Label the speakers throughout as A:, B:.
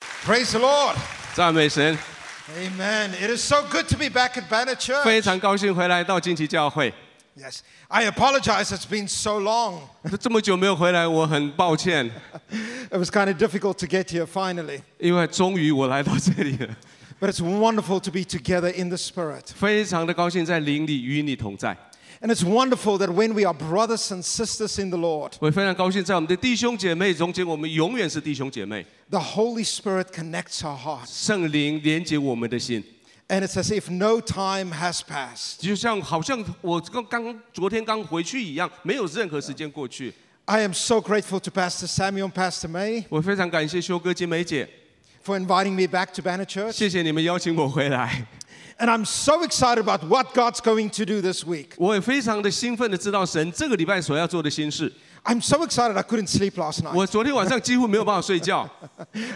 A: Praise the Lord.
B: 赞美神，
A: Amen. It is so good to be back at Banner
B: 非
A: Church.
B: 常高兴回来到金旗教会。
A: Yes. I apologize, it's been so long.
B: 这么久没有回来，我很抱歉，
A: It was kind of difficult to get here finally.
B: 因为终于我来到这里了，
A: But it's wonderful to be together in the Spirit.
B: 非常的高兴在灵里与你同在。
A: And it's wonderful that when we are brothers and sisters in the Lord,
B: 我也非常高兴在我们的弟兄姐妹中间，我们永远是弟兄姐妹。
A: the Holy Spirit connects our hearts.
B: 圣灵连接我们的心，
A: And it's as if no time has passed.
B: 就像好像我刚刚昨天刚回去一样，没有任何时间过去。
A: I am so grateful to Pastor Samuel and Pastor May
B: 我非常感谢修哥金梅姐，
A: for inviting me back to Banner Church.
B: 谢谢你们邀请我回来。
A: And I'm so excited about what God's going to do this week.
B: 我也非常的兴奋的知道神这个礼拜所要做的新事。
A: I'm so excited I couldn't sleep last night.
B: 我昨天晚上几乎没有办法睡觉，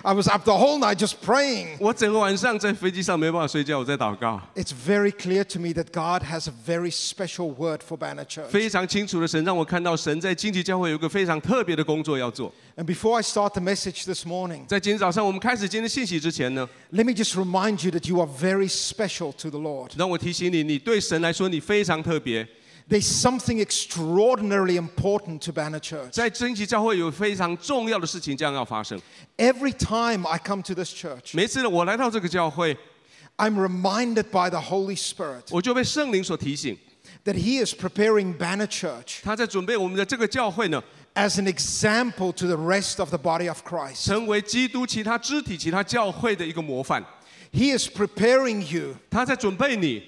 A: I was up the whole night just praying.
B: 我整个晚上在飞机上没办法睡觉，我在祷告。
A: It's very clear to me that God has a very special word for Banner Church.
B: 非常清楚的神让我看到神在荆棘教会有一个非常特别的工作要做。
A: And before I start the message this morning,
B: 在今天早上我们开始今天的信息之前呢，
A: let me just remind you that you are very special to the Lord.
B: 让我提醒你，你对神来说你非常特别。
A: There's something extraordinarily important to Banner Church.
B: 在荆棘教会有非常重要的事情将要发生。
A: Every time I come to this church,
B: 每次我来到这个教会，
A: I'm reminded by the Holy Spirit
B: 我就被圣灵所提醒，
A: that He is preparing Banner Church
B: 他在准备我们的这个教会呢，
A: as an example to the rest of the body of Christ.
B: 成为基督其他肢体、其他教会的一个模范。
A: He is preparing you
B: 他在准备你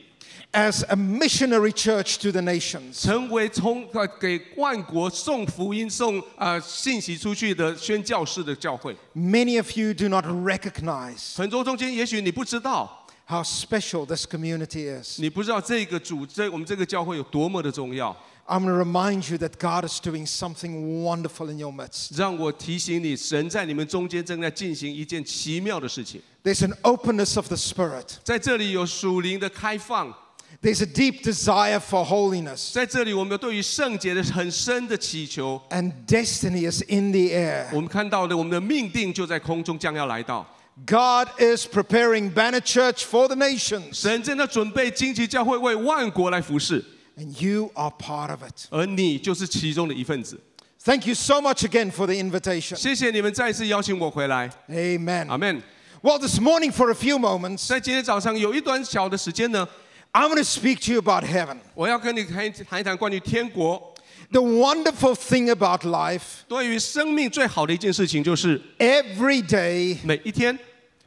A: as a missionary church to the nations.
B: 成为从呃给万国送福音、送呃信息出去的宣教士的教会。
A: Many of you do not recognize
B: 很多中间，也许你不知道，
A: how special this community is.
B: 你不知道这个组织，我们这个教会有多么的重要。
A: I'm going to remind you that God is doing something wonderful in your midst.
B: 让我提醒你，神在你们中间正在进行一件奇妙的事情，
A: There's an openness of the Spirit,
B: 在这里有属灵的开放，
A: there's a deep desire for holiness,
B: 在这里我们有对于圣洁的很深的祈求。
A: and destiny is in the air.
B: 我们看到的，我们的命定就在空中将要来到。
A: God is preparing Banner Church for the nations,
B: 神正在准备荆棘教会为万国来服侍，
A: and you are part of it.
B: 而你就是其中的一份子。
A: Thank you so much again for the invitation.
B: 谢谢你们再次邀请我回来，阿
A: Amen.
B: 门。
A: Well, this morning, for a few moments,
B: 在今天早上有一段小的时间呢，
A: I'm going to speak to you about heaven.
B: 我要跟你谈谈一谈关于天国。
A: The wonderful thing about life
B: 对于生命最好的一件事情，就是
A: Every day
B: 每一天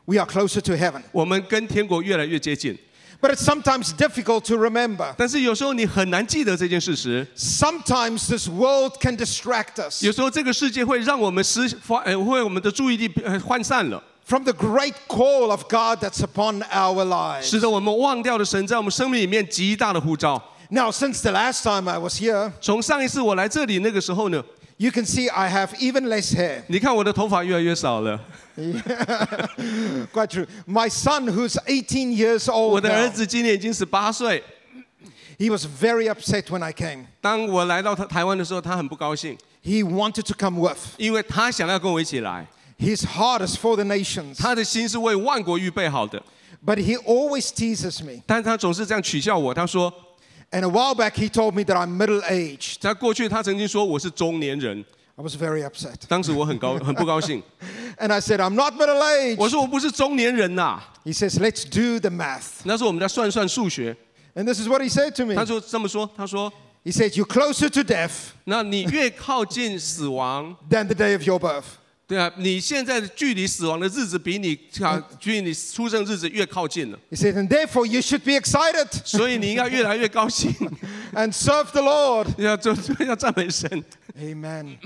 A: we are closer to heaven.
B: 我们跟天国越来越接近。
A: But it's sometimes difficult to remember.
B: 但是有时候你很难记得这件事实，
A: Sometimes this world can distract us
B: 有时候这个世界会让我们失发，呃，会我们的注意力呃涣散了，
A: from the great call of God that's upon our
B: 使
A: lives.
B: 得我们忘掉了神在我们生命里面极大的呼召。
A: Now, since the last time I was here,
B: 从上一次我来这里那个时候呢，
A: you can see I have even less hair.
B: 你看我的头发越来越少了。
A: Quite true. My son, who's 18 years
B: 我
A: old,
B: 的儿
A: now,
B: 子今年已经十八岁，
A: he was very upset when I came.
B: 当我来到他台湾的时候，他很不高兴，
A: He wanted to come with.
B: 因为他想要跟我一起来，
A: His heart is for the nations,
B: 他的心是为万国预备好的，
A: but he always teases me.
B: 但是他总是这样取笑我。他说，
A: And a while back, he told me that I'm middle aged.
B: 在过去他曾经说我是中年人，
A: I was very upset.
B: 当时我很高很不高兴，
A: And I said, I'm not middle aged.
B: 我说我不是中年人呐、
A: He says, Let's do the math.
B: 那时候我们在算算数学，
A: And this is what he said to me.
B: 他就这么说，他说，
A: He said, You're closer to death
B: 那你越靠近死亡。
A: than the day of your birth.
B: 对啊，你现在的距离死亡的日子比你啊，距离你出生日子越靠近了，
A: He said, And therefore you should be excited
B: 所以你应该越来越高兴。
A: and serve the Lord.
B: 要就就要赞美神。
A: Amen.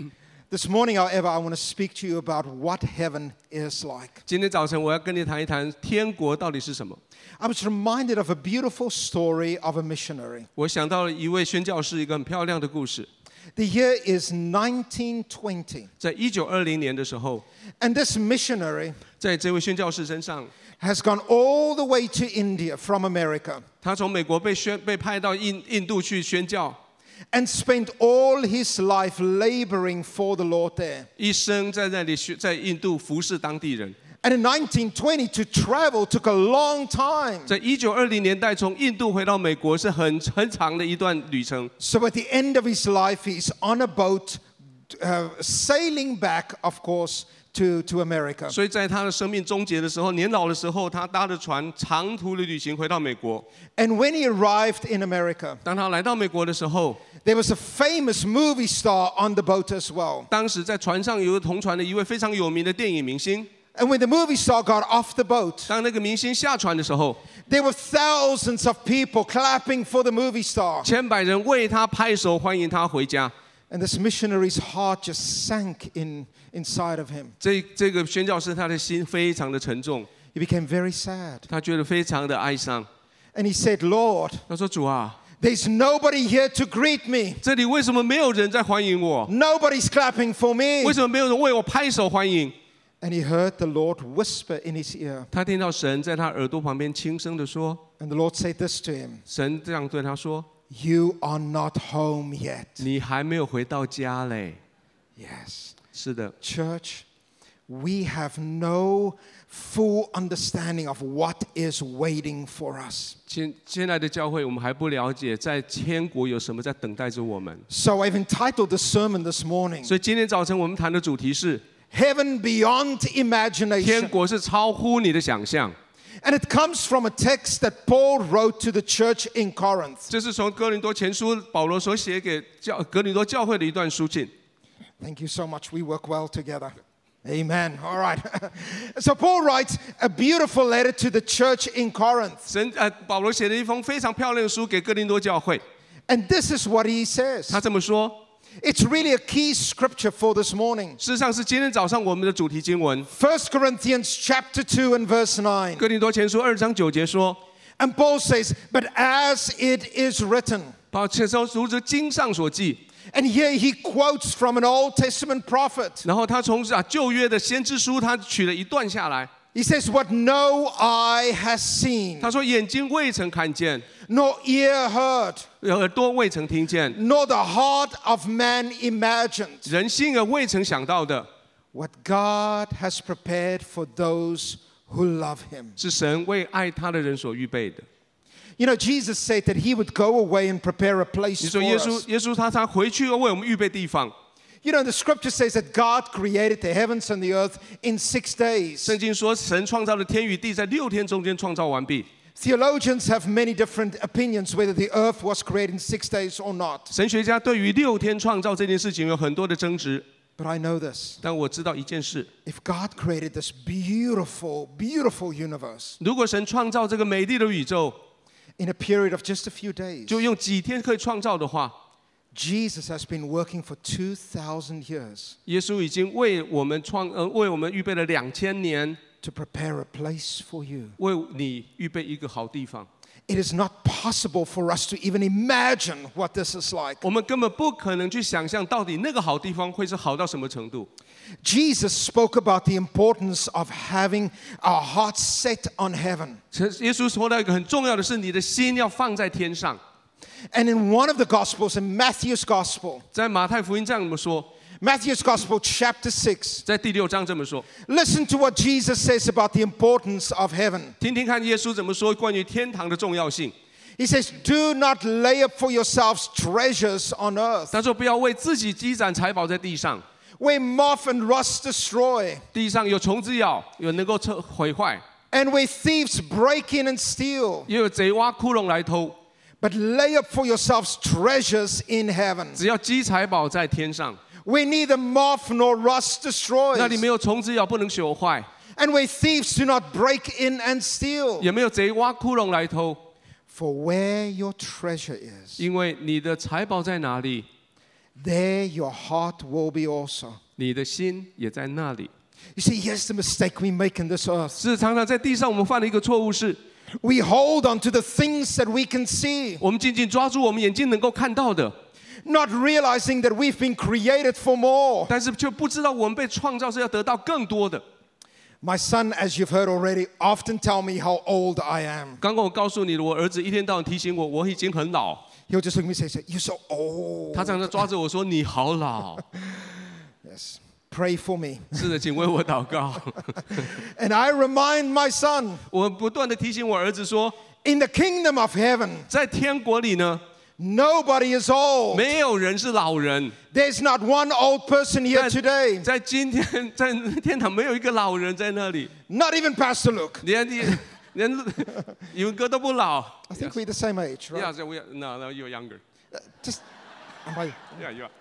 A: This morning, however, I want to speak to you about what heaven is like.
B: 今天早晨我要跟你谈一谈天国到底是什么。
A: I was reminded of a beautiful story of a missionary.
B: 我想到了一位宣教士，一个很漂亮的故事。
A: The year is 1920,
B: 在一九二零年的时候，
A: and this missionary
B: 在这位宣教士身上，
A: has gone all the way to India from America.
B: 他从美国被宣被派到印印度去宣教，
A: and spent all his life laboring for the Lord there.
B: 一生在那里宣在印度服侍当地人。
A: And in 1920, to travel took a long time.
B: 在一九二零年代从印度回到美国是很很长的一段旅程。
A: So at the end of his life, he's on a boat uh, sailing back, of course, to, to America.
B: 所以在他的生命终结的时候，年老的时候，他搭着船长途的旅行回到美国。
A: And when he arrived in America,
B: 当他来到美国的时候，
A: there was a famous movie star on the boat as well.
B: 当时在船上有同船的一位非常有名的电影明星。
A: And when the movie star got off the boat,
B: 当那个明星下船的时候，
A: there were thousands of people clapping for the movie star.
B: 千百人为他拍手欢迎他回家。
A: And this missionary's heart just sank in inside of him.
B: 这这个宣教师他的心非常的沉重，
A: He became very sad.
B: 他觉得非常的哀伤。
A: And he said, Lord,
B: 他说：“主啊，
A: there's nobody here to greet me.
B: 这里为什么没有人在欢迎我？
A: Nobody's clapping for me.
B: 为什么没有人为我拍手欢迎？”
A: And he heard the Lord whisper in his ear.
B: 他听到神在他耳朵旁边轻声的说
A: And the Lord said this to him：“
B: 神这样对他说：
A: You are not home yet.
B: 你还没有回到家嘞。
A: Yes. ”
B: 是的，
A: Church, we have no full understanding of what is waiting for us.
B: 现现在的教会我们还不了解，在天国有什么在等待着我们。
A: So I've entitled the sermon this morning
B: 所以今天早晨我们谈的主题是：
A: Heaven Beyond
B: 天
A: Imagination.
B: 国是超乎你的想象。
A: And it comes from a text that Paul wrote to the church in Corinth.
B: 这是从哥林多前书保罗所写给教哥林多教会的一段书信。
A: Thank you so much. We work well together. Amen. All right. so Paul writes a beautiful letter to the church in Corinth.
B: 神呃，保罗写了一封非常漂亮的书给哥林多教会，
A: And this is what he says.
B: 他这么说。
A: It's really a key scripture for this morning.
B: 事实上是今天早上我们的主题经文《
A: 1 Corinthians chapter 2 and verse 9.
B: 哥林多前书》二章九节说
A: And Paul says, "But as it is written."
B: 保且说读着经上所记，
A: And here he quotes from an Old Testament prophet.
B: 然后他从啊旧约的先知书，他取了一段下来，
A: He says, "What no eye has seen,
B: 他说眼睛未曾看见，
A: nor ear heard,
B: 耳朵未曾听见，
A: nor the heart of man imagined,
B: 人心而未曾想到的，
A: what God has prepared for those who love him."
B: 是神为爱他的人所预备的。
A: You know, Jesus said that he would go away and prepare a place
B: 你
A: for
B: 说耶
A: us.
B: 稣，耶稣他他回去要为我们预备地方。
A: You know, the scripture says that God created the heavens and the earth in six days.
B: 圣经说，神创造了天与地，在六天中间创造完毕。
A: Theologians have many different opinions whether the earth was created in six days or not.
B: 神学家对于六天创造这件事情有很多的争执，
A: But I know this
B: 但我知道一件事：
A: if God created this beautiful, beautiful universe
B: 如果神创造这个美丽的宇宙，
A: in a period of just a few days,
B: 就用几天可以创造的话，
A: Jesus has been working for 2,000 years
B: 耶稣已经为我们创呃为我们预备了两千年，
A: to prepare a place for you.
B: 为你预备一个好地方。
A: It is not possible for us to even imagine what this is like.
B: 我们根本不可能去想象到底那个好地方会是好到什么程度。
A: Jesus spoke about the importance of having our hearts set on heaven.
B: 其实耶稣说到一个很重要的是，你的心要放在天上。
A: And in one of the Gospels, in Matthew's Gospel,
B: 在马太福音这样这么说，
A: Matthew's Gospel, chapter 6,
B: 在第六章这么说，
A: listen to what Jesus says about the importance of heaven.
B: 听听看耶稣怎么说关于天堂的重要性。
A: He says, Do not lay up for yourselves treasures on earth,
B: 他说：“不要为自己积攒财宝在地上，
A: where moth and rust destroy,
B: 地上有虫子咬，有能够摧毁坏，
A: and where thieves break in and steal,
B: 也有贼挖窟窿来偷。
A: but lay up for yourselves treasures in heaven,
B: 只要积财宝在天上，
A: where neither moth nor rust
B: 那里
A: destroys.
B: 没有虫子咬，不能朽坏，
A: and where thieves do not break in and steal.
B: 也没有贼挖窟窿来偷，
A: For where your treasure is,
B: 因为你的财宝在哪里，
A: there your heart will be also.
B: 你的心也在那里。
A: You see, here's the mistake we make in this earth.
B: 是常常在地上我们犯了一个错误是，
A: We hold on to the things that we can see,
B: 我们紧紧抓住我们眼睛能够看到的，
A: not realizing that we've been created for more.
B: 但是却不知道我们被创造是要得到更多的。
A: My son, as you've heard already, often tell me how old I am.
B: 刚刚我告诉你的，我儿子一天到晚提醒我，我已经很老。
A: He'll just look at me and say, You're so old.
B: 他常常抓着我说：“你好老。”
A: Yes. Pray for me.
B: 是的，请为我祷告。
A: And I remind my son
B: 我不断的提醒我儿子说，
A: in the kingdom of heaven,
B: 在天国里呢，
A: nobody is old.
B: 没有人是老人。
A: There's not one old person here
B: 在
A: today,
B: 在今天， 在天堂没有一个老人在那里，
A: not even Pastor Luke.
B: 连你 连宇文哥都不老。
A: I think we're the same age, right?
B: Yeah, so we are, no, no, you're younger.
A: Just, am I-
B: Yeah, you are.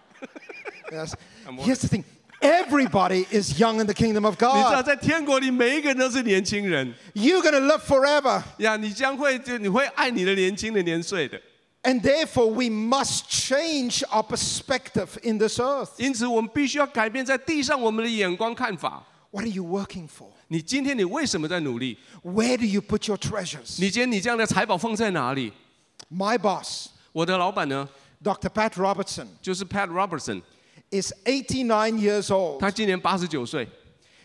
A: yes.
B: I'm older.
A: Here's the thing everybody is young in the kingdom of
B: 你知道，
A: God.
B: 在天国里，每一个人都是年轻人
A: You're going to live forever.
B: 呀。你将会就你会爱你的年轻的年岁的。
A: And therefore, we must change our perspective in this earth.
B: 因此，我们必须要改变在地上我们的眼光看法。
A: What are you working for?
B: 你今天你为什么在努力？
A: Where do you put your treasures?
B: 你今天你这样的财宝放在哪里？
A: My boss,
B: 我的老板呢，
A: Dr. Pat Robertson,
B: 就是 Pat Robertson，
A: is 89 years old.
B: 他今年八十九岁，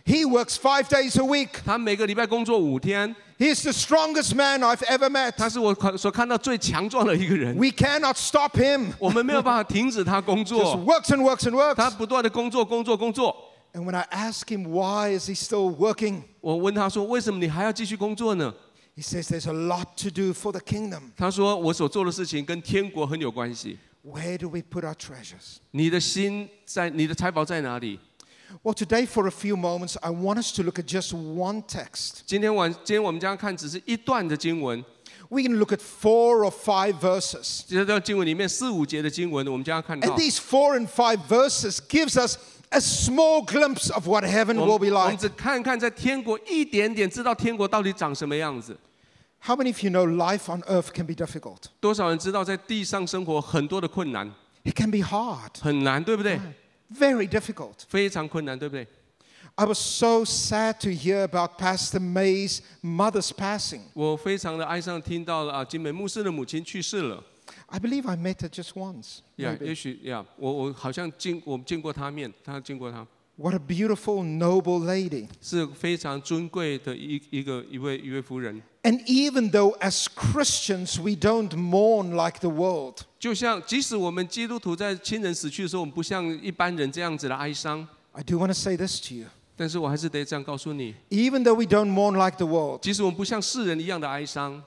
A: He works five days a week.
B: 他每个礼拜工作五天，
A: He's the strongest man I've ever met.
B: 他是我看所看到最强壮的一个人。
A: We cannot stop him.
B: 我们没有办法停止他工
A: Just
B: 作，
A: works and works and
B: 他
A: works.
B: 不断的工作，工作，工作。
A: And when I ask him why is he still working,
B: 我问他说：“为什么你还要继续工作呢
A: he says there's a lot to do for the kingdom.？”
B: 他说：“我所做的事情跟天国很有关系。
A: Where do we put our treasures?
B: 你的心在，你的财宝在哪里？
A: Well, today for a few moments, I want us to look at just one text.
B: 今天晚，今天我们将看只是一段的经文，
A: We can look at four or five verses.
B: 这段经文里面四五节的经文，我们将要看到
A: And。these four and five verses gives us a small glimpse of what heaven
B: 我
A: will be
B: 们我们
A: like.
B: 只看看在天国一点点，知道天国到底长什么样子。
A: How many of you know life on earth can be difficult?
B: 多少人知道在地上生活很多的困难，
A: It can be hard,
B: 很难，对不对？
A: 嗯 very difficult.
B: 非常困难，对不对？
A: I was so sad to hear about Pastor May's mother's passing.
B: 我非常的哀伤，听到了啊，金美牧师的母亲去世了。
A: I believe I met her just once.
B: 呀、
A: maybe.
B: 也许呀我我好像见我们见过她面，她见过她，
A: What a beautiful, noble lady.
B: 是非常尊贵的一一个一位一位夫人。
A: And even though as Christians we don't mourn like the world,
B: 就像即使我们基督徒在亲人死去的时候，我们不像一般人这样子的哀伤，
A: I do want to say this to you.
B: 但是我还是得这样告诉你，
A: Even though we don't mourn like the world,
B: 即使我们不像世人一样的哀伤，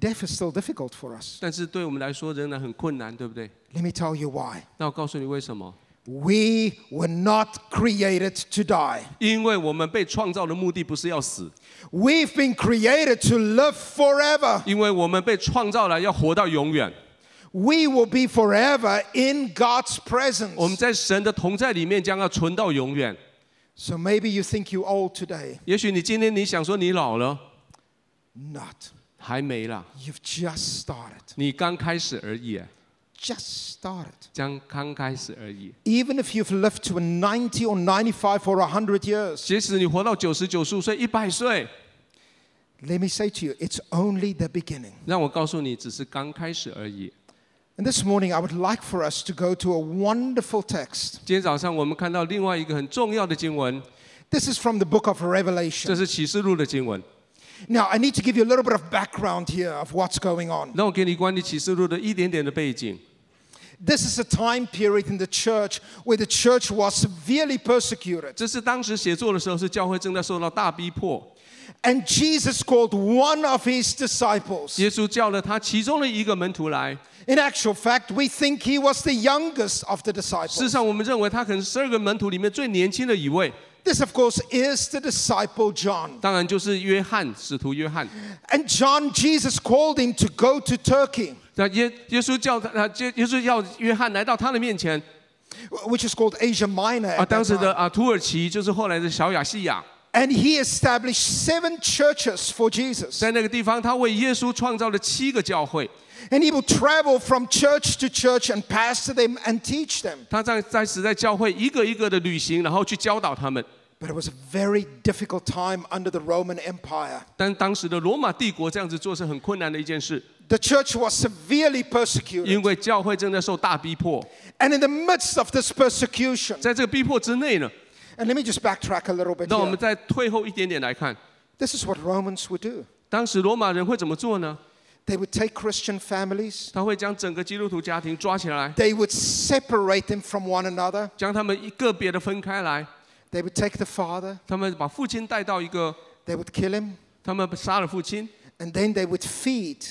A: death is still difficult for us.
B: 但是对我们来说仍然很困难，对不对？
A: Let me tell you why.
B: 那我告诉你为什么，
A: We were not created to die.
B: 因为我们被创造的目的不是要死，
A: We've been created to live forever.
B: 因为我们被创造了要活到永远。
A: We will be forever in God's
B: 我
A: presence.
B: 们在神的同在里面将要存到永远。
A: So maybe you think you're old today.
B: 也许你今天你想说你老了，
A: Not.
B: 还没啦，
A: You've just started.
B: 你刚开始而已，
A: Just started.
B: 将刚开始而已。
A: Even if you've lived to a 90 or 95 or 100 years,
B: 即使你活到九十九岁、一百岁，
A: let me say to you, it's only the beginning.
B: 让我告诉你，只是刚开始而已。
A: And this morning, I would like for us to go to a wonderful text.
B: 今天早上我们看到另外一个很重要的经文，
A: This is from the book of
B: 这
A: Revelation.
B: 是启示录的经文。
A: Now, I need to give you a little bit of background here of what's going on.
B: 让我给你关于启示录的一点点的背景。
A: This is a time period in the church where the church was severely persecuted.
B: 这是当时写作的时候，是教会正在受到大逼迫。
A: And Jesus called one of his disciples.
B: 耶稣叫了他其中的一个门徒来，
A: In actual fact, we think he was the youngest of the
B: 事实
A: disciples.
B: 上，我们认为他可能十二个门徒里面最年轻的一位，
A: This, of course, is the disciple John.
B: 当然就是约翰，使徒约翰。
A: And John, Jesus called him to go to Turkey,
B: 那耶耶稣叫他，啊耶耶稣要约翰来到他的面前
A: which is called Asia Minor.
B: 啊，
A: at
B: 当
A: that
B: 时
A: time.
B: 的啊土耳其就是后来的小亚细亚，
A: And he established seven churches for Jesus.
B: 在那个地方，他为耶稣创造了七个教会，
A: And he would travel from church to church and pastor them and teach them.
B: 他在在时在教会一个一个的旅行，然后去教导他们。
A: But it was a very difficult time under the Roman Empire.
B: 但当时的罗马帝国这样子做是很困难的一件事，
A: The church was severely
B: 因
A: persecuted.
B: 为教会正在受大逼迫，
A: And in the midst of this persecution,
B: 在这个逼迫之内呢，
A: and let me just backtrack a little bit
B: 那我们
A: here.
B: 再退后一点点来看，
A: This is what Romans would do.
B: 当时罗马人会怎么做呢？
A: They would take Christian families,
B: 他会将整个基督徒家庭抓起来，
A: they would separate them from one another,
B: 将他们一个别的分开来，
A: They would take the father,
B: 他们把父亲带到一个，
A: they would kill him,
B: 他们杀了父亲，
A: and then they would feed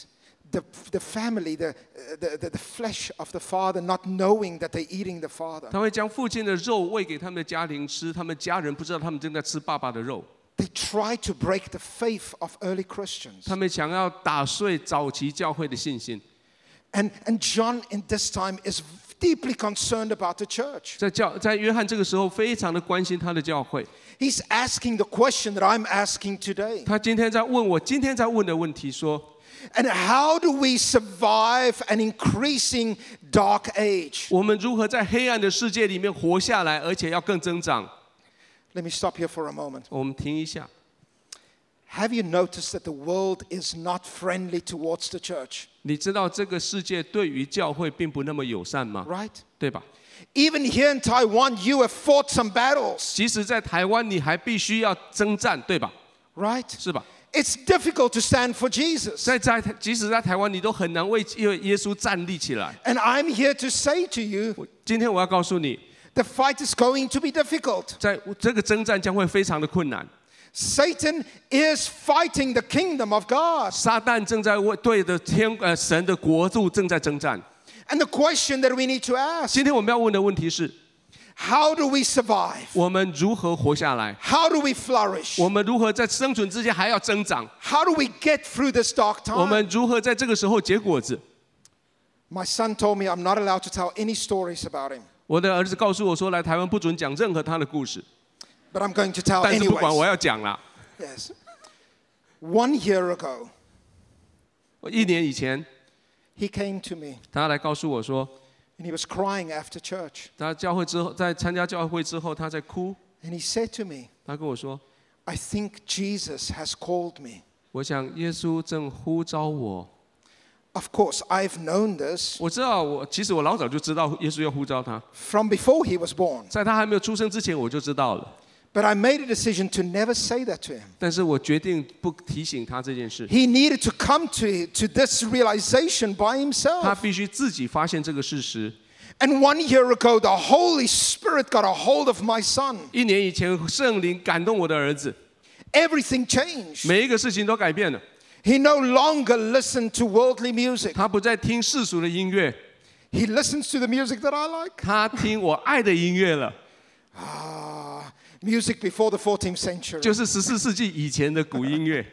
A: the, the family, the, the, the, the flesh of the father, not knowing that they're eating the father.
B: 他会将父亲的肉喂给他们的家庭吃，他们家人不知道他们正在吃爸爸的肉。
A: They try to break the faith of early Christians.
B: 他们想要打碎早期教会的信心，
A: And, and John, in this time, is deeply concerned about the church.
B: 在教在约翰这个时候非常的关心他的教会。
A: He's asking the question that I'm asking today.
B: 他今天在问我今天在问的问题说，
A: And how do we survive an increasing dark age?
B: 我们如何在黑暗的世界里面活下来，而且要更增长？
A: Let me stop here for a moment.
B: 我们停一下，
A: Have you noticed that the world is not friendly towards the church,
B: 你知道这个世界对于教会并不那么友善吗？
A: right?
B: 对吧？
A: Even here in Taiwan, you have fought some battles,
B: 即使在台湾，你还必须要征战，对吧？
A: right?
B: 是吧？
A: It's difficult to stand for Jesus.
B: 在在即使在台湾，你都很难为因为耶稣站立起来。
A: And I'm here to say to you
B: 我今天我要告诉你，
A: the fight is going to be difficult.
B: 在这个征战将会非常的困难。
A: Satan is fighting the kingdom of God.
B: 撒旦正在为对着天呃神的国度正在征战。
A: And the question that we need to ask
B: 今天我们要问的问题是：
A: how do we survive?
B: 我们如何活下来？
A: How do we flourish?
B: 我们如何在生存之间还要增长？
A: How do we get through this dark
B: 我
A: time?
B: 们如何在这个时候结果子？
A: My son told me I'm not allowed to tell any stories about him,
B: 我的儿子告诉我说，来台湾不准讲任何他的故事，
A: but I'm going to tell
B: 但是不管，我
A: 哦 anyways.
B: 要讲啦。
A: Yes. One year ago,
B: 我一年以前，
A: he came to me
B: 他来告诉我说，
A: and he was crying after church.
B: 他教会之后，在参加教会之后，他在哭。
A: And he said to me,
B: 他跟我说，
A: I think Jesus has called me.
B: 我想耶稣正呼召我。
A: Of course, I've known this
B: 我知道我，其实我老早就知道耶稣要呼召他，
A: from before he was born,
B: 在他还没有出生之前我就知道了。
A: but I made a decision to never say that to him.
B: 但是我决定不提醒他这件事，
A: He needed to come to, to this realization by
B: 他
A: himself.
B: 必须自己发现这个事实。
A: And one year ago, the Holy Spirit got a hold of my son.
B: 一年以前，圣灵感动我的儿子，
A: Everything changed.
B: 每一个事情都改变了。
A: He no longer listened to worldly music,
B: 他不再听世俗的音乐，
A: he listens to the music that I like.
B: 他听我爱的音乐了，
A: Ah, music before the 14th century.
B: 就是十四世纪以前的古音乐。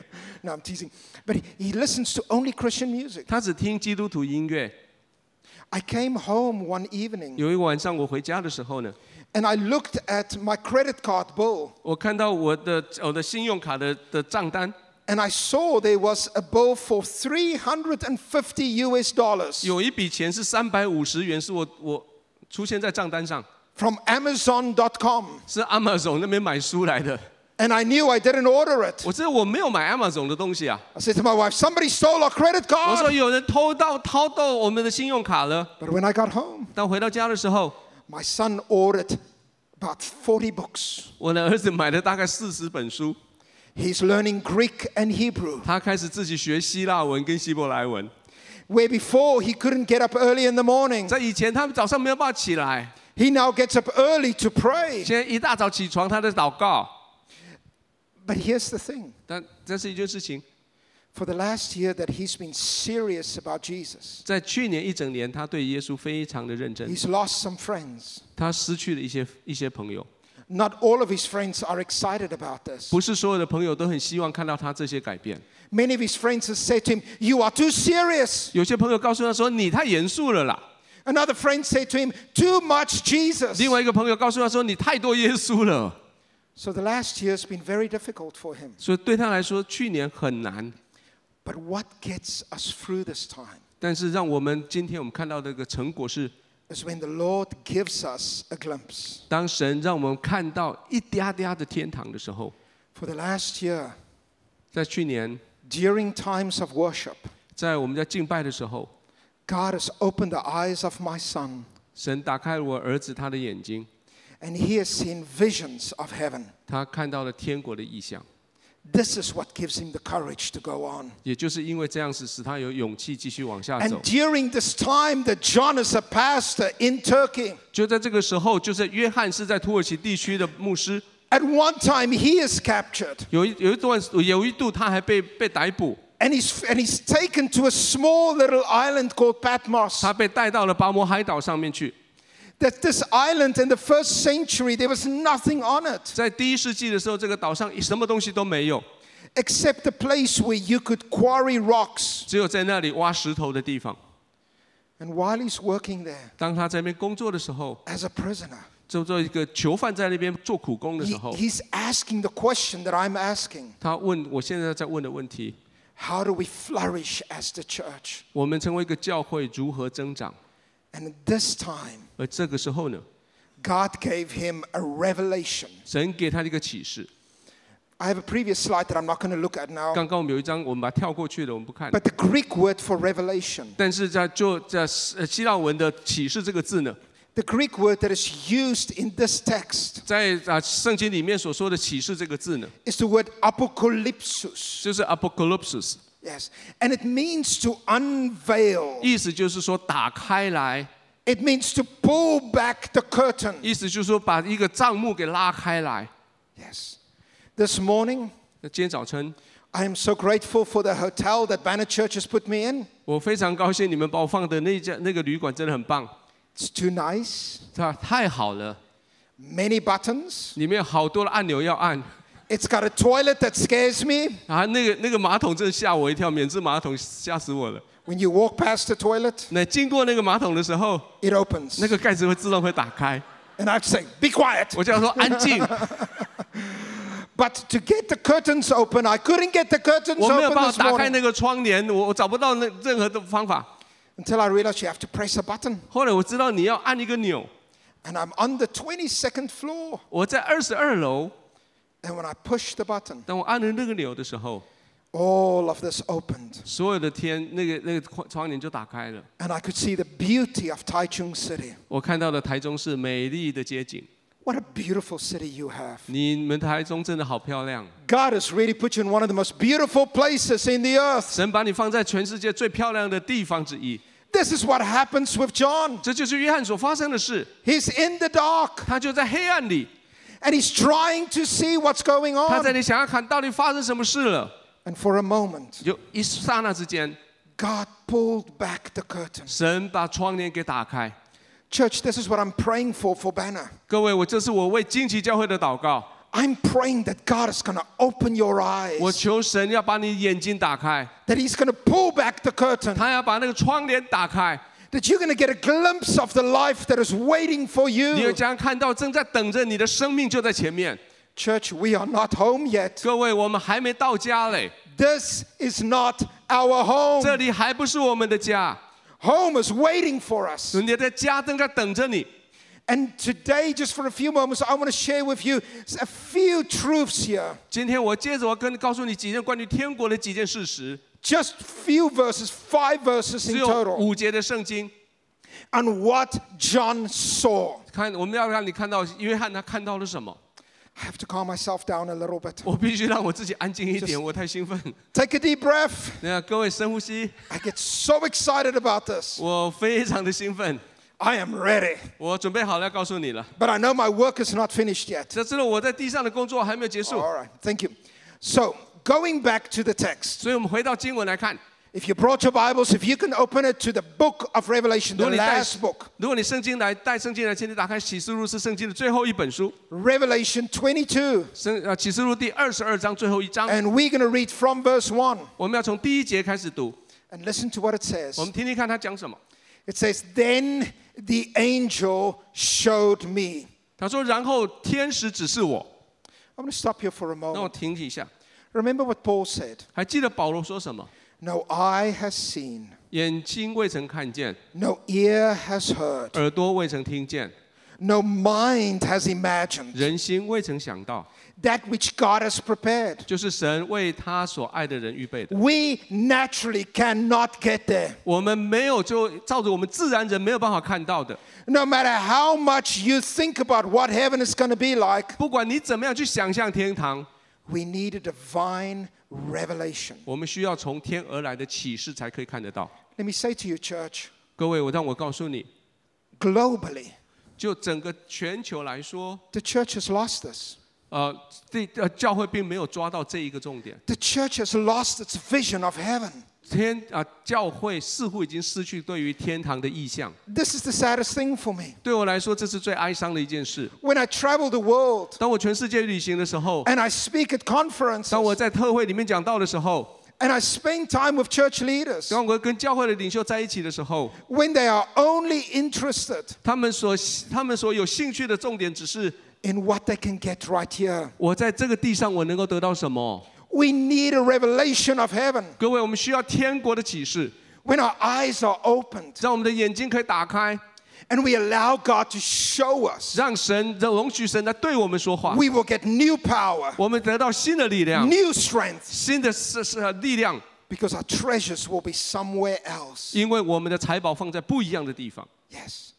A: No, I'm teasing. But he, he listens to only Christian music.
B: 他只听基督徒音乐。
A: I came home one evening
B: 有一个晚上，我回家的时候呢，
A: and I looked at my credit card bill
B: 我看到我的我的信用卡的的账单，
A: and I saw there was a bill for 350 US dollars
B: 有一笔钱是三百五十元，是我我出现在账单上，
A: from Amazon.com.
B: 是 Amazon 那边买书来的。
A: And I knew I didn't order it.
B: 我这我没有买 Amazon 的东西啊，
A: I said to my wife, somebody stole our credit
B: 我
A: card.
B: 说有人偷盗偷到我们的信用卡了。
A: But when I got home,
B: 当回到家的时候，
A: my son ordered about 40 books.
B: 我的儿子买了大概四十本书，
A: He's learning Greek and Hebrew,
B: 他开始自己学希腊文跟希伯来文。
A: where before he couldn't get up early in the morning.
B: 在以前他们早上没有办法起来，
A: He now gets up early to pray.
B: 现在一大早起床他在祷告。
A: But here's the thing
B: 但这是一件事情，
A: for the last year that he's been serious about Jesus,
B: 在去年一整年，他对耶稣非常的认真，
A: he's lost some friends.
B: 他失去了一些一些朋友。
A: Not all of his friends are excited about this.
B: 不是所有的朋友都很希望看到他这些改变。
A: Many of his friends have said to him, You are too serious.
B: 有些朋友告诉他说：“你太严肃了啦。
A: Another friend said to him, Too much ” Jesus.
B: 另外一个朋友告诉他说：“你太多耶稣了。
A: So the last year has been very difficult for him. ”
B: 所以对他来说，去年很难。
A: But what gets us through this time
B: 但是让我们今天我们看到的一个成果是，
A: is when the Lord gives us a glimpse.
B: 当神让我们看到一嗲嗲的天堂的时候，
A: For the last year,
B: 在去年，
A: during times of worship,
B: 在我们在敬拜的时候，
A: God has opened the eyes of my son,
B: 神打开了我儿子他的眼睛，
A: and he has seen visions of heaven.
B: 他看到了天国的意象。
A: This is what gives him the courage to go on.
B: 也就是因为这样子，使他有勇气继续往下走
A: And。during this time that John is a pastor in Turkey,
B: 就在这个时候，就是约翰是在土耳其地区的牧师，
A: At one time, he is captured
B: 有一有一段有一度他还被被逮捕，
A: and he's, and he's taken to a small little island called Patmos.
B: 他被带到了拔摩海岛上面去。
A: That this island in the first century, there was nothing on it
B: 在第一世纪的时候，这个岛上什么东西都没有，
A: except a place where you could quarry rocks.
B: 只有在那里挖石头的地方。
A: And while he's working there
B: 当他在那边工作的时候，
A: as a prisoner,
B: 就做一个囚犯在那边做苦工的
A: he-
B: 时候，
A: he's asking the question that I'm asking
B: 他问我现在在问的问题：
A: How do we flourish as the church?
B: 我们成为一个教会如何增长？
A: And at this time,
B: 而这个时候呢，
A: God gave him a revelation.
B: 神给他的一个启示。
A: I have a previous slide that I'm not going to look at now.
B: 刚刚我们有一张我们把它跳过去的，我们不看。
A: But the Greek word for revelation,
B: 但是在就在呃希腊文的启示这个字呢，
A: the Greek word that is used in this text
B: 在啊圣经里面所说的启示这个字呢，
A: is the word apocalypsus.
B: 就是 apocalypse，
A: Yes. And it means to unveil,
B: 意思就是说打开来，
A: it means to pull back the curtain.
B: 意思就是说把一个账目给拉开来。
A: Yes. This morning,
B: 那今天早晨，
A: I am so grateful for the hotel that Banner Church has put me in.
B: 我非常高兴你们把我放的那一家那个旅馆真的很棒，
A: It's too nice.
B: 它太好了，
A: Many buttons.
B: 里面有好多的按钮要按，
A: It's got a toilet that scares me.
B: 啊，那个那个马桶真的吓我一跳，免治马桶吓死我了。
A: When you walk past the toilet,
B: 那经过那个马桶的时候，
A: it opens.
B: 那个盖子会自动会打开，
A: And I'd say, be quiet.
B: 我就要说安静。
A: But to get the curtains open, I couldn't get the curtains
B: 我没有
A: open
B: 办法
A: this
B: 打开
A: morning
B: 那个窗帘，我我找不到那任何的方法。
A: until I realized you have to press a button.
B: 后来我知道你要按一个钮，
A: And I'm on the 22nd floor.
B: 我在二十二楼，
A: And when I pushed the button,
B: 当我按了那个钮的时候，
A: all of this opened.
B: 所有的天那个那个窗窗帘就打开了，
A: And I could see the beauty of Taichung City.
B: 我看到了台中市美丽的街景。
A: What a beautiful city you have.
B: 你们台中真的好漂亮，啊
A: God has really put you in one of the most beautiful places in the earth.
B: 神把你放在全世界最漂亮的地方之一。
A: This is what happens with John.
B: 这就是约翰所发生的事，
A: He's in the dark
B: 他就在黑暗里，
A: and he's trying to see what's going
B: 他在
A: on.
B: 你想要看到底发生什么事了，
A: And for a moment,
B: 有一刹那之间，
A: God pulled back the curtain.
B: 神把窗帘给打开。
A: Church, this is what I'm praying for for Banner.
B: 各位，我这是我为惊奇教会的祷告，
A: I'm praying that God is going to open your
B: 我
A: eyes,
B: 求神要把你眼睛打开，
A: that He's going to pull back the curtain,
B: 他要把那个窗帘打开，
A: that you're going to get a glimpse of the life that is waiting for
B: 你也
A: you.
B: 将看到正在等着你的生命就在前面。
A: Church, we are not home yet.
B: 各位，我们还没到家嘞，
A: This is not our
B: 这
A: home.
B: 里还不是我们的家，
A: Home is waiting for us.
B: 你的家正在等着你。
A: And today, just for a few moments, I want to share with you a few truths here.
B: 今天我接着我跟告诉你几件关于天国的几件事实，
A: Just few verses, five verses
B: 只
A: in
B: 有
A: total,
B: 五节的圣经。
A: on what John saw.
B: 看，我们要让你看到约翰他看到了什么。
A: I have to calm myself down a little bit.
B: 我必须让我自己安静一点，我太兴奋。
A: Take a deep breath.
B: 那各位深呼吸，
A: I get so excited about this.
B: 我非常的兴奋，
A: I am ready.
B: 我准备好了要告诉你了。
A: But I know my work is not finished yet.
B: 这知道我在地上的工作还没有结束，
A: All right, thank you. So, going back to the text,
B: 所以我们回到经文来看。
A: if you brought your Bibles, if you can open it to the book of Revelation,
B: 如
A: the
B: 果你带
A: last book,
B: 如果你圣经来带圣经来，请你打开启示录是圣经的最后一本书，
A: Revelation 22,
B: 圣呃启示录第二十二章最后一章，
A: and we're going to read from verse 1
B: 我们要从第一节开始读，
A: and listen to what it
B: 我
A: says.
B: 们听听看他讲什么。
A: It says, Then the angel showed me.
B: 他说：“然后天使指示我。
A: I'm going to stop here for a ”
B: 让我
A: moment.
B: 停一下，
A: Remember what Paul said
B: 还记得保罗说什么？
A: No eye has seen,
B: 眼睛未曾看见，
A: no ear has heard.
B: 耳朵未曾听见，
A: No mind has imagined
B: 人心未曾想到，
A: that which God has prepared.
B: 就是神为他所爱的人预备的。
A: We naturally cannot get there.
B: 我们没有就照着我们自然人没有办法看到的，
A: No matter how much you think about what heaven is going to be like,
B: 不管你怎么样去想象天堂，
A: we need a divine revelation.
B: 我们需要从天而来的启示才可以看得到。
A: Let me say to you, church,
B: 各位，我让我告诉你，
A: globally,
B: 就整个全球来说，
A: the church has lost this.
B: 呃，这呃教会并没有抓到这一个重点。
A: The church has lost its vision of heaven.
B: 天啊、教会似乎已经失去对于天堂的意向。
A: This is the saddest thing for me.
B: 对我来说，这是最哀伤的一件事。
A: When I travel the world
B: 当我全世界旅行的时候，
A: and I speak at conferences
B: 当我在特会里面讲道的时候，
A: and I spend time with church leaders,
B: 当我跟教会的领袖在一起的时候，
A: when they are only interested
B: 他们所他们所有兴趣的重点只是
A: in what they can get right here,
B: 我在这个地上我能够得到什么。
A: we need a revelation of heaven.
B: 各位，我们需要天国的启示，
A: When our eyes are opened
B: 让我们的眼睛可以打开，
A: and we allow God to show us,
B: 让神容许神来对我们说话，
A: we will get new power,
B: 我们得到新的力量，
A: new strength,
B: 新的是是呃力量，
A: because our treasures will be somewhere else.
B: 因为我们的财宝放在不一样的地方。
A: Yes.